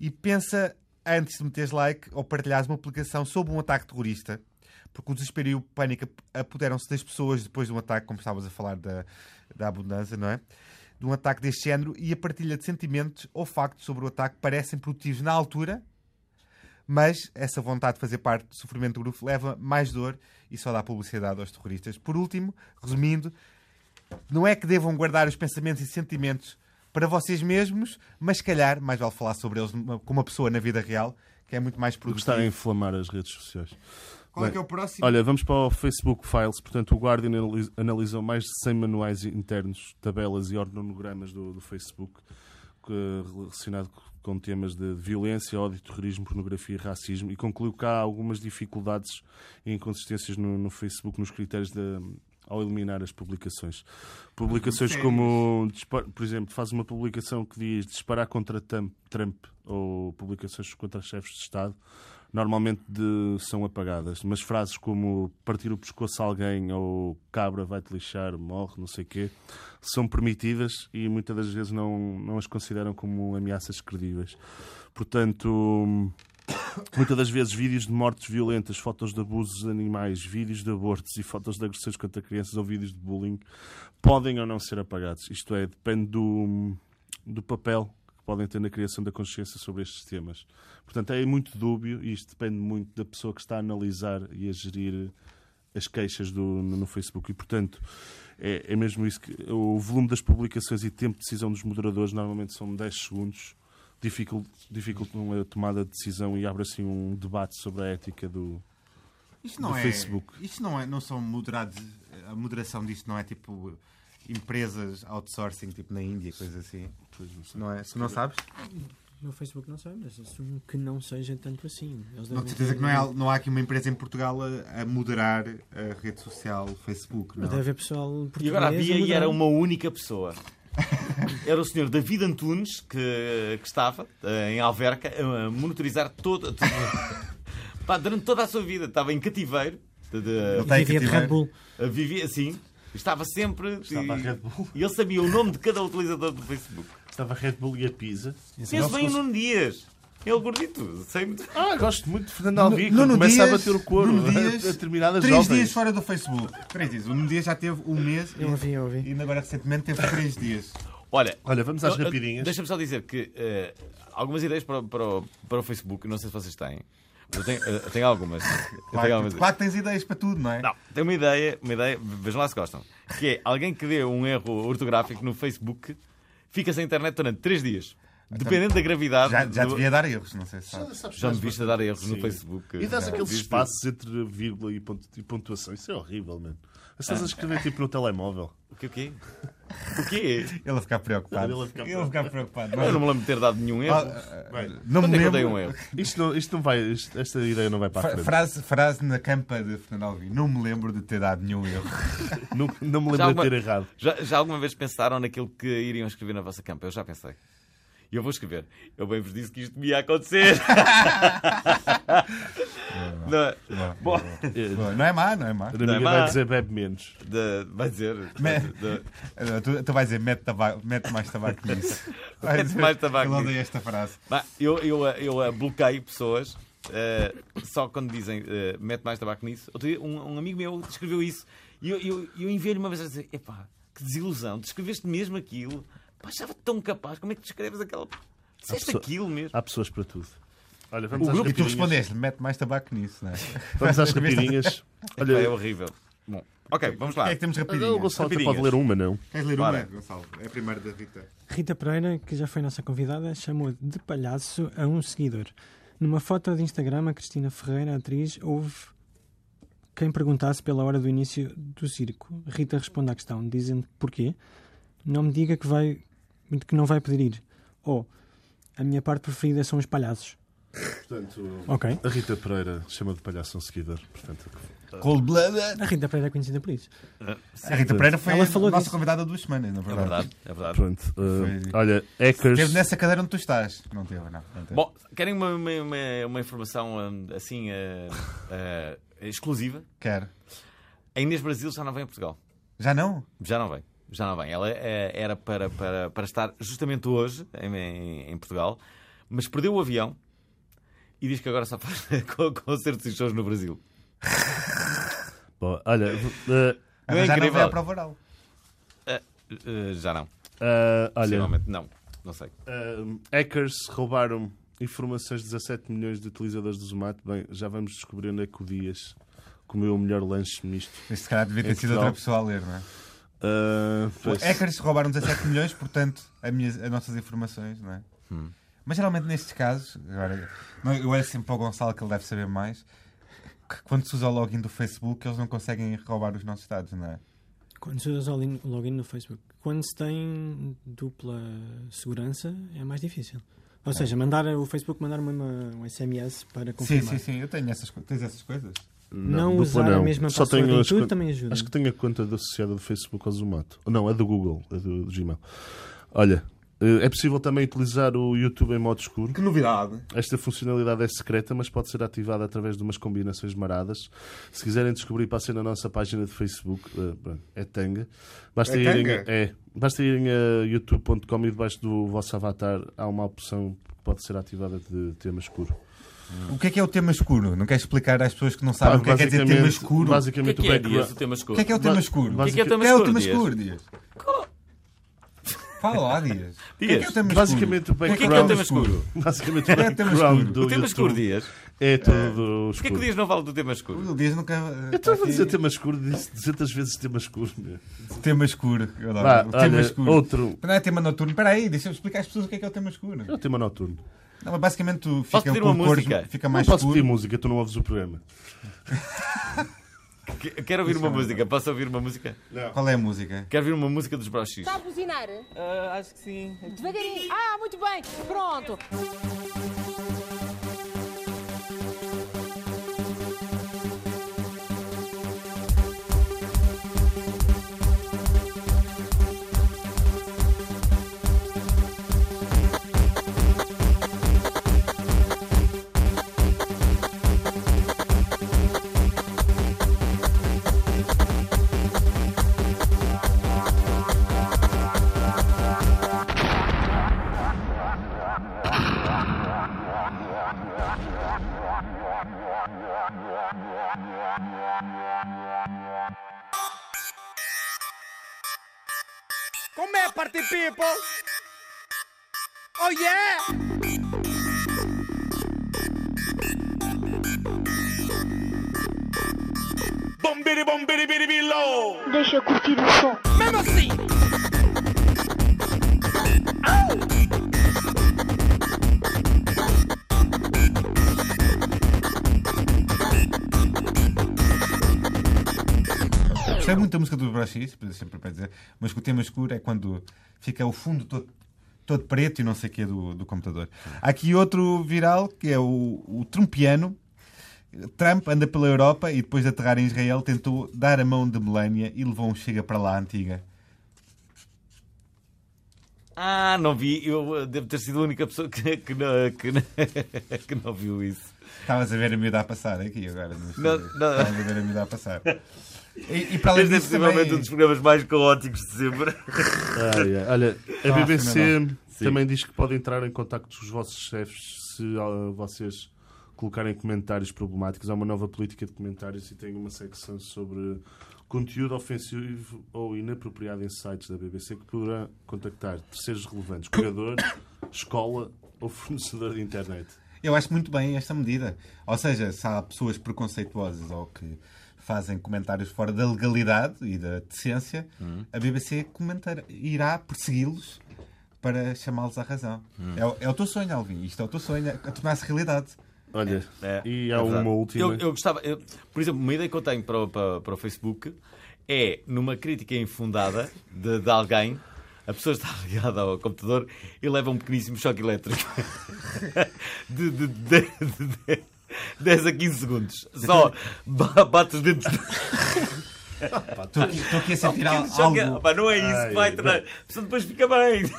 [SPEAKER 2] e pensa antes de meteres like ou partilhares uma publicação sobre um ataque terrorista, porque o desespero e o pânico ap- apoderam-se das pessoas depois de um ataque, como estavas a falar da, da abundância, não é? De um ataque deste género e a partilha de sentimentos ou factos sobre o ataque parecem produtivos na altura, mas essa vontade de fazer parte do sofrimento do grupo leva mais dor e só dá publicidade aos terroristas. Por último, resumindo, não é que devam guardar os pensamentos e sentimentos para vocês mesmos, mas se calhar mais vale falar sobre eles numa- com uma pessoa na vida real, que é muito mais
[SPEAKER 4] Porque está a
[SPEAKER 2] produtivo.
[SPEAKER 4] inflamar as redes sociais.
[SPEAKER 2] Qual é
[SPEAKER 4] Bem,
[SPEAKER 2] que é o próximo?
[SPEAKER 4] Olha, vamos para o Facebook Files. Portanto, o Guardian analis- analisou mais de 100 manuais internos, tabelas e organogramas do, do Facebook, eh, relacionado com temas de violência, ódio, terrorismo, pornografia e racismo e concluiu que há algumas dificuldades e inconsistências no, no Facebook nos critérios da ao eliminar as publicações. Publicações como, dispar- por exemplo, faz uma publicação que diz disparar contra Tam- Trump ou publicações contra chefes de Estado, normalmente de- são apagadas. Mas frases como partir o pescoço a alguém ou cabra vai-te lixar, morre, não sei o quê, são permitidas e muitas das vezes não, não as consideram como ameaças credíveis. Portanto, Muitas das vezes, vídeos de mortes violentas, fotos de abusos de animais, vídeos de abortos e fotos de agressões contra crianças ou vídeos de bullying podem ou não ser apagados. Isto é, depende do, do papel que podem ter na criação da consciência sobre estes temas. Portanto, é muito dúbio e isto depende muito da pessoa que está a analisar e a gerir as queixas do, no, no Facebook. E, portanto, é, é mesmo isso que. O volume das publicações e tempo de decisão dos moderadores normalmente são 10 segundos. Dificul- Dificultam a tomada de decisão e abre assim um debate sobre a ética do.
[SPEAKER 2] Isto não
[SPEAKER 4] do
[SPEAKER 2] é.
[SPEAKER 4] Facebook.
[SPEAKER 2] Isto não, é, não são moderados. A moderação disto não é tipo empresas outsourcing, tipo na Índia, coisa assim. Não é? Se não sabes,
[SPEAKER 3] No Facebook não sei, mas assumo que não seja tanto assim. Eles
[SPEAKER 2] não
[SPEAKER 3] devem
[SPEAKER 2] de certeza
[SPEAKER 3] ter-
[SPEAKER 2] que não, é, al- não há aqui uma empresa em Portugal a, a moderar a rede social Facebook, não? é?
[SPEAKER 3] Deve haver pessoal português.
[SPEAKER 1] E agora havia
[SPEAKER 3] a
[SPEAKER 4] é
[SPEAKER 1] e era
[SPEAKER 3] mudar.
[SPEAKER 1] uma única pessoa. Era o senhor David Antunes que, que estava eh, em Alverca a monitorizar toda. toda- Pá, durante toda a sua vida estava em cativeiro. De, de-
[SPEAKER 2] Tem que
[SPEAKER 3] Vivia de
[SPEAKER 2] tiver.
[SPEAKER 3] Red Bull.
[SPEAKER 1] vivia assim. Estava sempre.
[SPEAKER 4] Estava a
[SPEAKER 1] e,
[SPEAKER 4] Red Bull,
[SPEAKER 1] e ele sabia o nome de cada utilizador do Facebook.
[SPEAKER 4] estava a Red Bull e a Pisa.
[SPEAKER 1] Fez bem o Nuno Dias. Ele gordito. Sei muito.
[SPEAKER 4] Ah, gosto muito de Fernando
[SPEAKER 2] Nu-
[SPEAKER 4] Alvico.
[SPEAKER 2] Nuno
[SPEAKER 4] Começa a
[SPEAKER 2] Dias-
[SPEAKER 4] bater o couro
[SPEAKER 2] Nuno
[SPEAKER 4] a-
[SPEAKER 2] Dias,
[SPEAKER 4] a determinadas
[SPEAKER 2] Três
[SPEAKER 4] jovens.
[SPEAKER 2] dias fora do Facebook. Três dias. Um dia já teve um mês
[SPEAKER 3] Eu ouvi, eu
[SPEAKER 2] e
[SPEAKER 3] ouvi.
[SPEAKER 2] ainda agora recentemente teve três dias.
[SPEAKER 1] Olha,
[SPEAKER 4] Olha, vamos às
[SPEAKER 1] Não,
[SPEAKER 4] rapidinhas.
[SPEAKER 1] Deixa-me só dizer que eh, algumas ideias para, o- para, o- para o Facebook, não sei se vocês têm. Eu tenho, eu tenho algumas. Eu tenho
[SPEAKER 2] Claro,
[SPEAKER 1] algumas.
[SPEAKER 2] que- claro que tens ideias para tudo, não é?
[SPEAKER 1] Não, tem uma ideia, uma ideia, vejam lá se gostam. Que é alguém que dê um erro ortográfico no Facebook, fica sem internet durante 3 dias. Dependendo da gravidade.
[SPEAKER 2] Já, já
[SPEAKER 1] do-
[SPEAKER 2] devia dar erros, não sei se sabes.
[SPEAKER 4] Sabes,
[SPEAKER 1] Já me
[SPEAKER 4] sabes,
[SPEAKER 1] viste a dar erros no
[SPEAKER 4] Sim.
[SPEAKER 1] Facebook.
[SPEAKER 4] E dás
[SPEAKER 1] Já
[SPEAKER 4] aqueles
[SPEAKER 1] viste?
[SPEAKER 4] espaços entre vírgula e, ponto- e pontuação. Isso é horrível, mano. Estás a
[SPEAKER 1] Ah.
[SPEAKER 4] escrever tipo no telemóvel.
[SPEAKER 1] O que o quê? O quê?
[SPEAKER 2] Ele a ficar preocupado.
[SPEAKER 4] Ele a ficar
[SPEAKER 2] Ele a ficar preocupado.
[SPEAKER 1] Eu não me lembro de ter dado nenhum erro.
[SPEAKER 2] Ah,
[SPEAKER 4] Bem,
[SPEAKER 2] Não
[SPEAKER 1] Quando
[SPEAKER 2] me
[SPEAKER 1] é que eu
[SPEAKER 2] lembro.
[SPEAKER 1] dei um erro?
[SPEAKER 4] isto, não, isto não vai. isto- esta ideia não vai para a
[SPEAKER 2] Fra-
[SPEAKER 4] frente.
[SPEAKER 2] frase, frase na campa de Fernando Alvim. Não me lembro de ter dado nenhum erro.
[SPEAKER 4] Não, não me lembro
[SPEAKER 1] Já alguma-
[SPEAKER 4] de ter errado.
[SPEAKER 1] Já, já alguma vez pensaram naquilo que iriam escrever na vossa campa? Eu já pensei. E eu vou escrever. Eu bem vos disse que isto me ia acontecer. Não, é? bom,
[SPEAKER 2] Bom, não é má, não é má.
[SPEAKER 4] A minha
[SPEAKER 1] é má.
[SPEAKER 4] vai dizer bebe menos.
[SPEAKER 1] de- vai dizer.
[SPEAKER 2] Me-
[SPEAKER 1] de-
[SPEAKER 2] Ah, Tu, tu vais dizer, mete, taba- mete mais tabaco que isso. Vais
[SPEAKER 1] Mete
[SPEAKER 2] dizer,
[SPEAKER 1] mais tabaco
[SPEAKER 2] Ele
[SPEAKER 1] nisso.
[SPEAKER 2] odeia esta frase.
[SPEAKER 1] Bah, eu, eu, eh, eu eh, bloqueio pessoas eh, só quando dizem eh, mete mais tabaco nisso. Outro dia, um, um amigo meu escreveu isso e eu, eu, eu enviei-lhe uma vez a dizer: epá, que desilusão, descreveste mesmo aquilo. Pá, achava-te tão capaz, como é que descreves aquela. Disseste
[SPEAKER 4] pessoa-
[SPEAKER 1] aquilo mesmo.
[SPEAKER 4] Há pessoas para tudo. Olha, vamos
[SPEAKER 1] O
[SPEAKER 4] às
[SPEAKER 1] grupo-
[SPEAKER 2] E tu
[SPEAKER 4] rapidinhas.
[SPEAKER 2] respondeste, mete mais tabaco nisso, não é?
[SPEAKER 4] Vamos às rapidinhas.
[SPEAKER 1] Pá, é
[SPEAKER 4] Olha,
[SPEAKER 1] horrível. Bom, ok, vamos lá.
[SPEAKER 2] O que é que temos
[SPEAKER 4] o
[SPEAKER 2] rapidinho?
[SPEAKER 4] Gonçalo até
[SPEAKER 1] rapidinhas.
[SPEAKER 4] pode ler uma, não?
[SPEAKER 2] Queres ler
[SPEAKER 1] Bora.
[SPEAKER 2] uma, Gonçalo? É a primeira da Rita.
[SPEAKER 3] Rita Pereira, que já foi nossa convidada, chamou de palhaço a um seguidor. Numa foto de Instagram, a Cristina Ferreira, a atriz, houve quem perguntasse pela hora do início do circo. Rita responde à questão, dizendo porquê. Não me diga que, vai, que não vai poder ir. Ou, a minha parte preferida são os palhaços.
[SPEAKER 4] Portanto,
[SPEAKER 3] Ok.
[SPEAKER 4] a Rita Pereira chama de palhaço um seguidor. Portanto,
[SPEAKER 2] Cold Blooded.
[SPEAKER 3] A Rita Pereira é conhecida por isso.
[SPEAKER 2] A Rita Pereira foi
[SPEAKER 3] Ela
[SPEAKER 2] a
[SPEAKER 3] falou
[SPEAKER 2] nossa
[SPEAKER 3] disso.
[SPEAKER 2] convidada há duas semanas, na
[SPEAKER 1] É
[SPEAKER 2] verdade.
[SPEAKER 1] verdade, é verdade.
[SPEAKER 4] pronto.
[SPEAKER 1] eh,
[SPEAKER 4] uh,
[SPEAKER 2] Foi-
[SPEAKER 4] olha, hackers.
[SPEAKER 2] Teve nessa cadeira onde tu estás. Não teve, não. não teve.
[SPEAKER 1] Bom, querem uma, uma, uma- uma informação hum, assim eh, eh, exclusiva?
[SPEAKER 2] Quero.
[SPEAKER 1] A Inês Brasil já não vem a Portugal.
[SPEAKER 2] Já não?
[SPEAKER 1] Já não vem. Já não vem. Ela eh, era para, para, para estar justamente hoje em, em- em Portugal, mas perdeu o avião e diz que agora só faz co- concertos e shows no Brasil.
[SPEAKER 4] Bom, olha, uh,
[SPEAKER 1] Não é
[SPEAKER 2] já não
[SPEAKER 1] incrível?
[SPEAKER 2] vai à prova oral.
[SPEAKER 1] Eh, eh, já não. eh,
[SPEAKER 4] uh, olha,
[SPEAKER 1] Possivelmente não. Não sei.
[SPEAKER 4] Um, hackers roubaram informações de 17 milhões de utilizadores do Zomato. Bem, já vamos descobrir onde é que o Dias comeu o melhor lanche misto.
[SPEAKER 2] Isto se calhar devia ter
[SPEAKER 4] Em
[SPEAKER 2] sido
[SPEAKER 4] Portugal.
[SPEAKER 2] outra pessoa a ler, não é?
[SPEAKER 4] Uh, pois.
[SPEAKER 2] Hackers roubaram 17 milhões, portanto, a minha- as nossas informações, não é?
[SPEAKER 4] Hum.
[SPEAKER 2] Mas geralmente nestes casos, agora, não, eu olho sempre para o Gonçalo que ele deve saber mais, que quando se usa o login do Facebook eles não conseguem roubar os nossos dados, não é?
[SPEAKER 3] Quando se usa login- login no Facebook. Quando se tem dupla segurança, é mais difícil. Ou seja, mandar o Facebook mandar uma, uma- um SMS para
[SPEAKER 2] É. Sim,
[SPEAKER 3] confirmar.
[SPEAKER 2] sim, sim. Eu tenho essas, co- tens essas coisas.
[SPEAKER 3] Não
[SPEAKER 4] dupla
[SPEAKER 3] usar a mesma
[SPEAKER 4] Só
[SPEAKER 3] password
[SPEAKER 4] tenho
[SPEAKER 3] em
[SPEAKER 4] as
[SPEAKER 3] tudo
[SPEAKER 4] con-
[SPEAKER 3] também ajuda.
[SPEAKER 4] Acho que tenho a conta de associada do Facebook ao Zumato. Não, é do Google, é do, do Gmail. Olha, eh, é possível também utilizar o YouTube em modo escuro.
[SPEAKER 2] Que novidade!
[SPEAKER 4] Esta funcionalidade é secreta, mas pode ser ativada através de umas combinações maradas. Se quiserem descobrir, passem na nossa página de Facebook. eh, pronto, é Tanga. Basta
[SPEAKER 6] É
[SPEAKER 4] irem,
[SPEAKER 6] Tanga?
[SPEAKER 4] É, basta irem a youtube.com e debaixo do vosso avatar há uma opção que pode ser ativada de tema escuro.
[SPEAKER 2] O que é que é o tema escuro? Não queres explicar às pessoas que não sabem o que é que é dizer
[SPEAKER 4] Basicamente-
[SPEAKER 2] tema escuro?
[SPEAKER 7] O que é
[SPEAKER 4] Basicamente,
[SPEAKER 7] que é,
[SPEAKER 4] background-
[SPEAKER 7] Dias, o tema escuro?
[SPEAKER 2] O que é que é o tema
[SPEAKER 4] Ba-
[SPEAKER 2] escuro?
[SPEAKER 4] basic-
[SPEAKER 7] que é o tema
[SPEAKER 2] O que é o
[SPEAKER 7] escuro,
[SPEAKER 2] tema
[SPEAKER 7] Dias?
[SPEAKER 2] escuro, Dias? Fala lá, Dias. O que é que é o
[SPEAKER 1] Dias,
[SPEAKER 2] tema escuro?
[SPEAKER 4] Basicamente, o
[SPEAKER 7] O
[SPEAKER 4] background,
[SPEAKER 7] que é que é o tema escuro?
[SPEAKER 4] basicamente, o
[SPEAKER 2] é o tema
[SPEAKER 4] background
[SPEAKER 2] escuro?
[SPEAKER 4] do
[SPEAKER 1] o tema escuro,
[SPEAKER 4] YouTube
[SPEAKER 1] Dias.
[SPEAKER 4] é todo
[SPEAKER 1] Porquê que
[SPEAKER 4] escuro.
[SPEAKER 1] o Dias não fala do tema escuro?
[SPEAKER 2] O Dias nunca. eh,
[SPEAKER 4] Eu estava
[SPEAKER 2] tá
[SPEAKER 4] a
[SPEAKER 2] aqui.
[SPEAKER 4] dizer tema escuro, disse 200 vezes tema escuro. meu.
[SPEAKER 2] Tema escuro. Eu adoro.
[SPEAKER 4] Vá,
[SPEAKER 2] o tema
[SPEAKER 4] olha,
[SPEAKER 2] escuro.
[SPEAKER 4] outro.
[SPEAKER 2] Não é tema noturno. Espera aí, deixa-me explicar às pessoas o que é que é o tema escuro.
[SPEAKER 4] É o tema noturno.
[SPEAKER 2] Não, mas basicamente tu
[SPEAKER 1] Posso
[SPEAKER 2] fica
[SPEAKER 1] pedir
[SPEAKER 2] com
[SPEAKER 1] uma
[SPEAKER 2] cores,
[SPEAKER 1] música?
[SPEAKER 2] fica
[SPEAKER 4] Não
[SPEAKER 2] mais
[SPEAKER 4] posso pedir
[SPEAKER 2] escuro.
[SPEAKER 4] música, tu não ouves o programa.
[SPEAKER 1] Que- Quero ouvir
[SPEAKER 4] é
[SPEAKER 1] uma música. Posso ouvir uma música?
[SPEAKER 2] Qual é a música?
[SPEAKER 1] Quero ouvir uma música dos Brochis.
[SPEAKER 8] Está a buzinar?
[SPEAKER 9] Ah, acho que sim.
[SPEAKER 8] Devagarinho. Ah, muito bem. Pronto.
[SPEAKER 9] Como é, party people? Oh yeah! Bombiri, bombiri, biribilo!
[SPEAKER 10] Deixa eu curtir o som.
[SPEAKER 9] Mesmo assim!
[SPEAKER 2] Gostei muito da é música do Brochis, é sempre para dizer, mas que o tema escuro é quando fica o fundo todo, todo preto e não sei o que do, do computador. Há aqui outro viral que é o, o trumpiano. Trump anda pela Europa e depois de aterrar em Israel tentou dar a mão de Melania e levou um chega para lá antiga.
[SPEAKER 1] Ah, não vi. Eu eh, devo ter sido a única pessoa que, que não, que não- que não viu isso.
[SPEAKER 2] Estavas a ver a miúda a passar aqui agora. no
[SPEAKER 1] Não,
[SPEAKER 2] estúdio.
[SPEAKER 1] não.
[SPEAKER 2] Estavas a ver a miúda a passar. E, e para além
[SPEAKER 1] Este é
[SPEAKER 2] disso
[SPEAKER 1] possivelmente um
[SPEAKER 2] também...
[SPEAKER 1] dos programas mais caóticos de sempre.
[SPEAKER 4] Ai, ai. Olha, a
[SPEAKER 2] Ah,
[SPEAKER 4] BBC
[SPEAKER 1] Sim.
[SPEAKER 4] também diz que pode entrar em contato com os vossos chefes se ah, vocês colocarem comentários problemáticos. Há uma nova política de comentários e tem uma secção sobre conteúdo ofensivo ou inapropriado em sites da BBC que poderá contactar terceiros relevantes, curador, escola ou fornecedor de internet.
[SPEAKER 2] Eu acho muito bem esta medida. Ou seja, se há pessoas preconceituosas ou que fazem comentários fora da legalidade e da decência,
[SPEAKER 1] Hum.
[SPEAKER 2] a BBC comentar, irá persegui-los para chamá-los à razão.
[SPEAKER 1] Hum.
[SPEAKER 2] É, o, é o teu sonho, Alvin. Isto é o teu sonho, a tornar-se realidade.
[SPEAKER 4] Olha,
[SPEAKER 1] É,
[SPEAKER 4] e
[SPEAKER 1] é
[SPEAKER 4] há
[SPEAKER 1] verdade.
[SPEAKER 4] uma última.
[SPEAKER 1] Eu, eu gostava, eu- por exemplo, uma ideia que eu tenho para, o- para, para o Facebook é numa crítica infundada de, de alguém. A pessoa está ligada ao computador e leva um pequeníssimo choque elétrico de, de, de, de, de 10 a 15 segundos. Só ba- bate os dedos.
[SPEAKER 2] Estou aqui, estou aqui a sentir al-
[SPEAKER 1] Choque.
[SPEAKER 2] algo.
[SPEAKER 1] Pá, não é isso que vai entrar. A pessoa depois fica bem.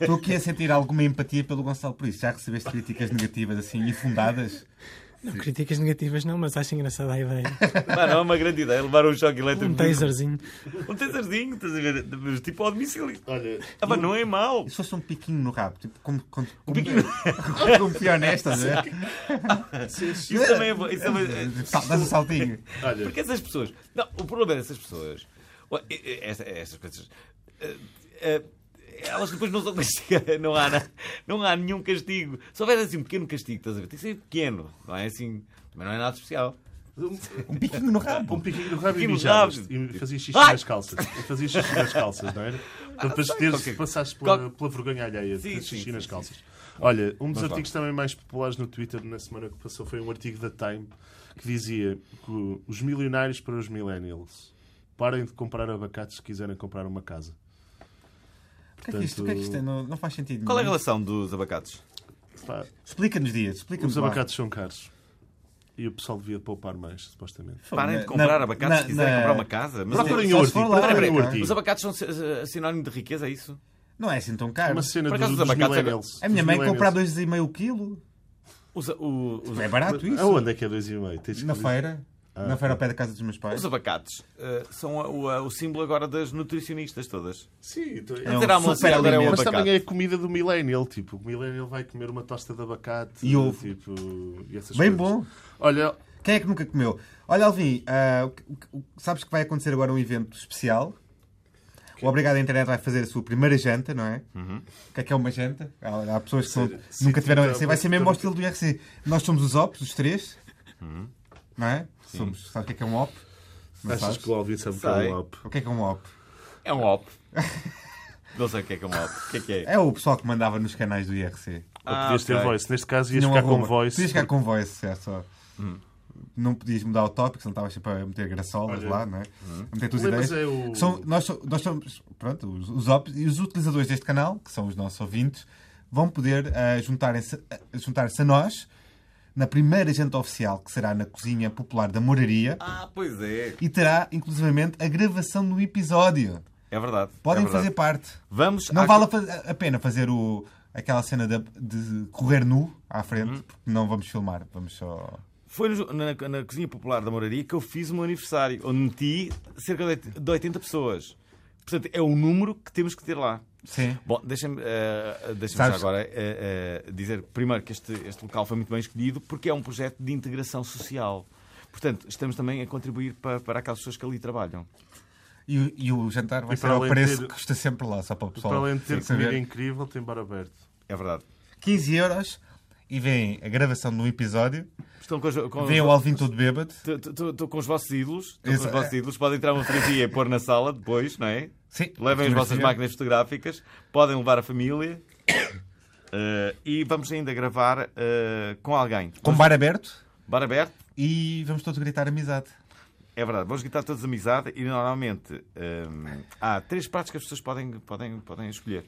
[SPEAKER 2] Estou aqui a sentir alguma empatia pelo Gonçalo por isso. Já recebeste críticas negativas assim infundadas?
[SPEAKER 3] Não, críticas negativas não, mas acho engraçada a ideia.
[SPEAKER 1] Pá, não é uma grande ideia levar um choque elétrico.
[SPEAKER 3] Um taserzinho.
[SPEAKER 1] Um taserzinho, estás a ver? Mas Tipo ao domicílio.
[SPEAKER 4] Olha,
[SPEAKER 1] Ah, pá, não é mau.
[SPEAKER 2] E se fosse um piquinho no rabo? Tipo, como, como,
[SPEAKER 1] Um
[SPEAKER 2] como, como, como pior nesta, não é?
[SPEAKER 1] Isso também é bom. Isso também é-
[SPEAKER 2] Sal- Dás um saltinho.
[SPEAKER 4] olha.
[SPEAKER 1] Porque essas pessoas. Não, o problema é dessas pessoas. Ué, e- e- esta- Estas coisas. eh, eh, Elas depois não são castigadas. Não há, na- não há nenhum castigo. Se houver assim um pequeno castigo, estás a ver? Tem que ser pequeno. Não é assim. Também não é nada especial.
[SPEAKER 2] Um piquinho no rabo.
[SPEAKER 4] Um piquinho no rabo e
[SPEAKER 1] Piquinho no
[SPEAKER 4] mijavas
[SPEAKER 1] rabo.
[SPEAKER 4] e fazias xixi
[SPEAKER 1] Ai! Ah,
[SPEAKER 4] nas calças. E fazias xixi nas calças, não era? Para depois teres,
[SPEAKER 1] qualquer-
[SPEAKER 4] passares
[SPEAKER 1] qual-
[SPEAKER 4] pela, pela vergonha alheia de
[SPEAKER 1] Sim,
[SPEAKER 4] fazer
[SPEAKER 1] sim,
[SPEAKER 4] xixi
[SPEAKER 1] sim,
[SPEAKER 4] nas
[SPEAKER 1] sim,
[SPEAKER 4] calças. Olha, um dos artigos também mais populares no Twitter na semana que passou foi um artigo da Time que dizia que os milionários para os millennials. Parem de comprar abacates se quiserem comprar uma casa.
[SPEAKER 2] O que é que isto, o que é que isto é? Não, não faz sentido.
[SPEAKER 1] Qual é a
[SPEAKER 2] nenhum.
[SPEAKER 1] relação dos abacates?
[SPEAKER 4] Pá,
[SPEAKER 2] Explica-nos, Dias. Explica-nos.
[SPEAKER 4] os
[SPEAKER 2] lá.
[SPEAKER 4] abacates são caros. E o pessoal devia poupar mais, supostamente.
[SPEAKER 1] Parem
[SPEAKER 2] na-
[SPEAKER 1] de comprar
[SPEAKER 2] na-
[SPEAKER 1] abacates se
[SPEAKER 2] na-
[SPEAKER 1] quiserem
[SPEAKER 2] na- um
[SPEAKER 1] comprar uma casa. Mas
[SPEAKER 4] Procurem o
[SPEAKER 2] Só se
[SPEAKER 4] artigo.
[SPEAKER 2] for lá,
[SPEAKER 4] Procurem o
[SPEAKER 2] então.
[SPEAKER 4] artigo.
[SPEAKER 1] os abacates são eh, sinónimo de riqueza, é isso?
[SPEAKER 2] Não é assim tão caro.
[SPEAKER 4] Uma cena
[SPEAKER 1] Por
[SPEAKER 4] dos,
[SPEAKER 1] acaso os
[SPEAKER 4] dos
[SPEAKER 1] abacates agora-
[SPEAKER 4] millennials.
[SPEAKER 2] A minha mãe
[SPEAKER 4] Dos
[SPEAKER 2] compra
[SPEAKER 4] millennials.
[SPEAKER 2] 2,5 quilo.
[SPEAKER 1] Os, eh, o- os-
[SPEAKER 2] É barato isso.
[SPEAKER 4] Aonde é Ah. que é 2,5? Tens que
[SPEAKER 2] Na
[SPEAKER 4] dizer.
[SPEAKER 2] feira. na feira ao pé da casa dos meus pais.
[SPEAKER 1] os abacates eh, são a- o, a- o símbolo agora das nutricionistas todas.
[SPEAKER 4] Sim, então-
[SPEAKER 1] Quer
[SPEAKER 2] um
[SPEAKER 1] dizer, há uma
[SPEAKER 2] super
[SPEAKER 1] agora é o
[SPEAKER 2] alimento.
[SPEAKER 4] Mas também é
[SPEAKER 1] abacate.
[SPEAKER 4] a comida do millennial, tipo, o millennial vai comer uma tosta de abacate
[SPEAKER 2] E ovo.
[SPEAKER 4] Tipo, e essas
[SPEAKER 2] Bem
[SPEAKER 4] coisas.
[SPEAKER 2] bom.
[SPEAKER 4] Olha,
[SPEAKER 2] Quem é que nunca comeu? Olha, Alvin, ah, o que- o que- o que- sabes que vai acontecer agora um evento especial. O Obrigado à Internet vai fazer a sua primeira janta, não é? O que é que é uma janta? Há, há pessoas que não-
[SPEAKER 4] se
[SPEAKER 2] nunca tiveram
[SPEAKER 4] tiver
[SPEAKER 2] RC. Vai
[SPEAKER 4] uma-
[SPEAKER 2] ser mesmo ao estilo do IRC. Nós somos os OPs, os três. Não é? Somos, sabes o que é que é um OP? Não
[SPEAKER 4] achas
[SPEAKER 2] sabes?
[SPEAKER 4] que o Alvin sabe que é
[SPEAKER 1] Sei.
[SPEAKER 4] um op?
[SPEAKER 2] O que é que é um OP?
[SPEAKER 1] É um op. Não sei o que é que é um op. O que é que é?
[SPEAKER 2] É o pessoal que mandava nos canais do IRC.
[SPEAKER 4] Ou
[SPEAKER 1] Ah,
[SPEAKER 4] podias ter
[SPEAKER 1] ok.
[SPEAKER 4] voice. Neste caso, ias
[SPEAKER 2] Tinha um
[SPEAKER 4] ficar com
[SPEAKER 2] arroba.
[SPEAKER 4] voice. Hum.
[SPEAKER 2] Podias ficar com voice, é só. Não podias mudar o tópico, senão estavas sempre a meter graçolas
[SPEAKER 4] Olha.
[SPEAKER 2] lá, não é? A meter tuas
[SPEAKER 4] Lembras
[SPEAKER 2] ideias.
[SPEAKER 4] é o-
[SPEAKER 2] Que são- nós, so- nós somos, pronto, os, os op- e os utilizadores deste canal, que são os nossos ouvintes, vão poder ah, juntarem-se- ah, juntar-se a nós na primeira janta oficial, que será na Cozinha Popular da Moraria,
[SPEAKER 1] Ah, pois é.
[SPEAKER 2] e terá, inclusivamente, a gravação do episódio.
[SPEAKER 1] É verdade.
[SPEAKER 2] Podem
[SPEAKER 1] é verdade.
[SPEAKER 2] fazer parte.
[SPEAKER 1] Vamos
[SPEAKER 2] Não
[SPEAKER 1] à-
[SPEAKER 2] vale a fa- a pena fazer o, aquela cena de, de correr nu à
[SPEAKER 4] Uhum.
[SPEAKER 2] frente, porque não vamos filmar, vamos só.
[SPEAKER 1] Foi no- na, na cozinha popular da Moraria que eu fiz o meu aniversário, onde meti cerca de oit- de 80 pessoas. Portanto, é o número que temos que ter lá.
[SPEAKER 2] Sim.
[SPEAKER 1] Bom, deixa-me eh, deixa-me já
[SPEAKER 2] Sabes-
[SPEAKER 1] agora eh, eh, dizer primeiro que este, este local foi muito bem escolhido porque é um projeto de integração social. Portanto, estamos também a contribuir para, para aquelas pessoas que ali trabalham.
[SPEAKER 2] E, o- e o jantar vai
[SPEAKER 4] E
[SPEAKER 2] ser
[SPEAKER 4] para
[SPEAKER 2] ao
[SPEAKER 4] além
[SPEAKER 2] preço
[SPEAKER 4] de ter-
[SPEAKER 2] que custa sempre lá, só para o pessoal
[SPEAKER 4] Para além de ter
[SPEAKER 2] saber.
[SPEAKER 4] comida incrível, tem bar aberto.
[SPEAKER 1] É verdade.
[SPEAKER 2] 15 euros e vem a gravação de um episódio,
[SPEAKER 1] Estão com, os- com,
[SPEAKER 2] vem o Alvin todo bêbado.
[SPEAKER 1] Estou com os vossos ídolos. Estou com
[SPEAKER 2] Isso,
[SPEAKER 1] os vossos
[SPEAKER 2] é.
[SPEAKER 1] ídolos. Podem tirar uma fotografia e pôr na sala depois, não é?
[SPEAKER 2] Sim,
[SPEAKER 1] Levem as
[SPEAKER 2] fotografia.
[SPEAKER 1] vossas máquinas fotográficas. Podem levar a família. Eh, e vamos ainda gravar eh, com alguém.
[SPEAKER 2] Com bar aberto
[SPEAKER 1] Bar aberto.
[SPEAKER 2] e vamos todos gritar amizade.
[SPEAKER 1] É verdade, vamos gritar todos amizade e normalmente hum, há três pratos que as pessoas podem, podem, podem escolher.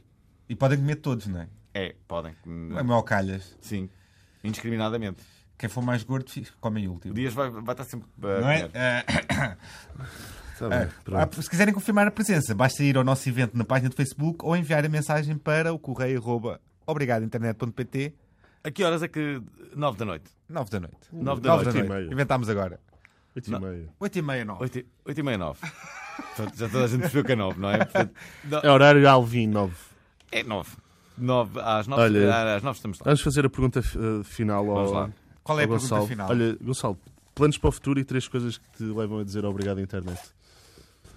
[SPEAKER 2] E podem comer todos, não é?
[SPEAKER 1] É, podem.
[SPEAKER 2] Não é meu calhas.
[SPEAKER 1] Sim, indiscriminadamente.
[SPEAKER 2] Quem for mais gordo, fica- come em
[SPEAKER 1] O
[SPEAKER 2] último.
[SPEAKER 1] Dias vai, vai estar sempre eh, a
[SPEAKER 2] Não é?
[SPEAKER 1] comer.
[SPEAKER 2] Ah,
[SPEAKER 4] Está
[SPEAKER 1] É.
[SPEAKER 4] bem,
[SPEAKER 2] Ah, Se quiserem confirmar a presença, basta ir ao nosso evento na página do Facebook ou enviar a mensagem para o correio arroba obrigadointernet.pt
[SPEAKER 1] A que horas é que. Nove da noite.
[SPEAKER 2] 9 da noite.
[SPEAKER 1] Nove da
[SPEAKER 2] Nove
[SPEAKER 1] noite.
[SPEAKER 4] Oito e meia.
[SPEAKER 2] Inventámos agora.
[SPEAKER 1] Ah,
[SPEAKER 4] Oito e meia.
[SPEAKER 2] 8 e meia, 9.
[SPEAKER 1] Oito e- oito e meia, nove. Portanto, Já toda a gente percebeu que é nove, não é? Portanto, no-
[SPEAKER 4] É horário Alvin 9.
[SPEAKER 1] é nove. Nove, às nove,
[SPEAKER 4] Olha.
[SPEAKER 1] às nove estamos lá.
[SPEAKER 4] Vamos fazer a pergunta eh, final
[SPEAKER 1] Vamos
[SPEAKER 4] ao,
[SPEAKER 1] lá.
[SPEAKER 2] Qual é a
[SPEAKER 4] ao
[SPEAKER 2] pergunta
[SPEAKER 4] Gonçalo.
[SPEAKER 2] final?
[SPEAKER 4] Olha, Gonçalo, planos para o futuro e três coisas que te levam a dizer obrigado à internet.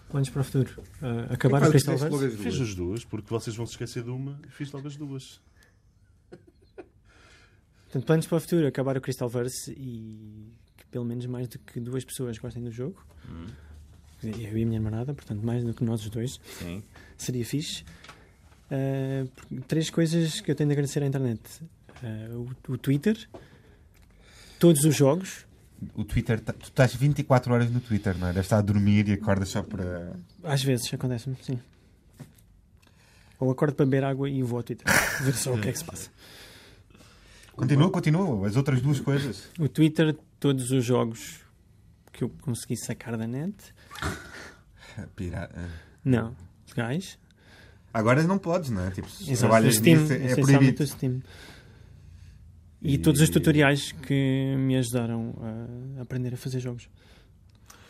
[SPEAKER 3] Planos para o futuro. Ah, acabar
[SPEAKER 2] é
[SPEAKER 3] o Crystal Verse?
[SPEAKER 4] Fiz as duas, porque vocês vão se esquecer de uma e fiz logo as duas.
[SPEAKER 3] Portanto, planos para o futuro, acabar o Crystal Verse e que pelo menos mais do que duas pessoas gostem do jogo. Eu e a minha namorada, portanto, mais do que nós os dois.
[SPEAKER 1] Sim.
[SPEAKER 3] Seria fixe. Ah, três coisas que eu tenho de agradecer à internet: Ah, o, o Twitter, todos os jogos.
[SPEAKER 2] O Twitter, tá- tu estás 24 horas no Twitter, não é? Deves estar a dormir e acordas só para.
[SPEAKER 3] Às vezes acontece-me, sim. Ou acordo para beber água e vou ao Twitter ver só o que é que se passa.
[SPEAKER 2] Continua, continua. As outras duas coisas.
[SPEAKER 3] O Twitter, todos os jogos que eu consegui sacar da net.
[SPEAKER 2] Pira-
[SPEAKER 3] Não, legais.
[SPEAKER 2] Agora não podes, não é? Tipo, se
[SPEAKER 3] Exato.
[SPEAKER 2] trabalhas
[SPEAKER 3] O Steam,
[SPEAKER 2] nisso, é
[SPEAKER 3] essencialmente
[SPEAKER 2] proibido.
[SPEAKER 3] o Steam. E, todos os tutoriais que me ajudaram a aprender a fazer jogos.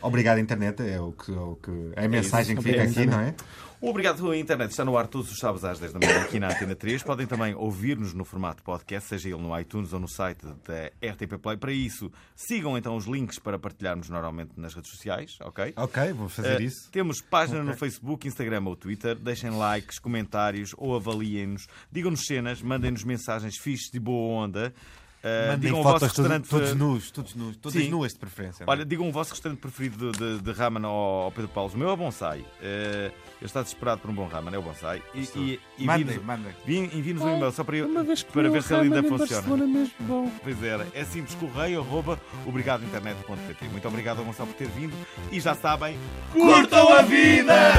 [SPEAKER 2] Obrigado, internet. É, o que, é, o que, é a mensagem que fica
[SPEAKER 3] Obrigado,
[SPEAKER 2] aqui, não é?
[SPEAKER 1] O Obrigado à Internet está no ar todos os sábados às 10 da manhã aqui na Antena 3. Podem também ouvir-nos no formato podcast, seja ele no iTunes ou no site da RTP Play. Para isso, sigam então os links para partilharmos normalmente nas redes sociais, ok?
[SPEAKER 2] Ok, vou fazer
[SPEAKER 1] Eh,
[SPEAKER 2] isso.
[SPEAKER 1] Temos página no Facebook, Instagram ou Twitter. Deixem likes, comentários ou avaliem-nos. Digam-nos cenas, mandem-nos mensagens fixes de boa onda. Ah,
[SPEAKER 11] Mandem
[SPEAKER 1] digam o vosso
[SPEAKER 11] fotos
[SPEAKER 1] restaurante. eh,
[SPEAKER 11] todos, todos nus, todos nus, todas
[SPEAKER 1] Sim.
[SPEAKER 11] nuas de preferência.
[SPEAKER 1] Olha, digam o vosso restaurante preferido de, de, de ramen ao, ao Pedro Paulo. O meu é o Bonsai. Eh, ele está desesperado por um bom ramen, é o Bonsai. E, e, e
[SPEAKER 11] mandem,
[SPEAKER 1] vimos-
[SPEAKER 11] mandem.
[SPEAKER 1] Vim, envie-nos um e-mail só para, eu- para ver se ele ainda funciona. Pois era, é simples, correio, arroba, obrigadointernet.pt. Muito obrigado, Gonçalo, por ter vindo e já sabem, curtam a vida!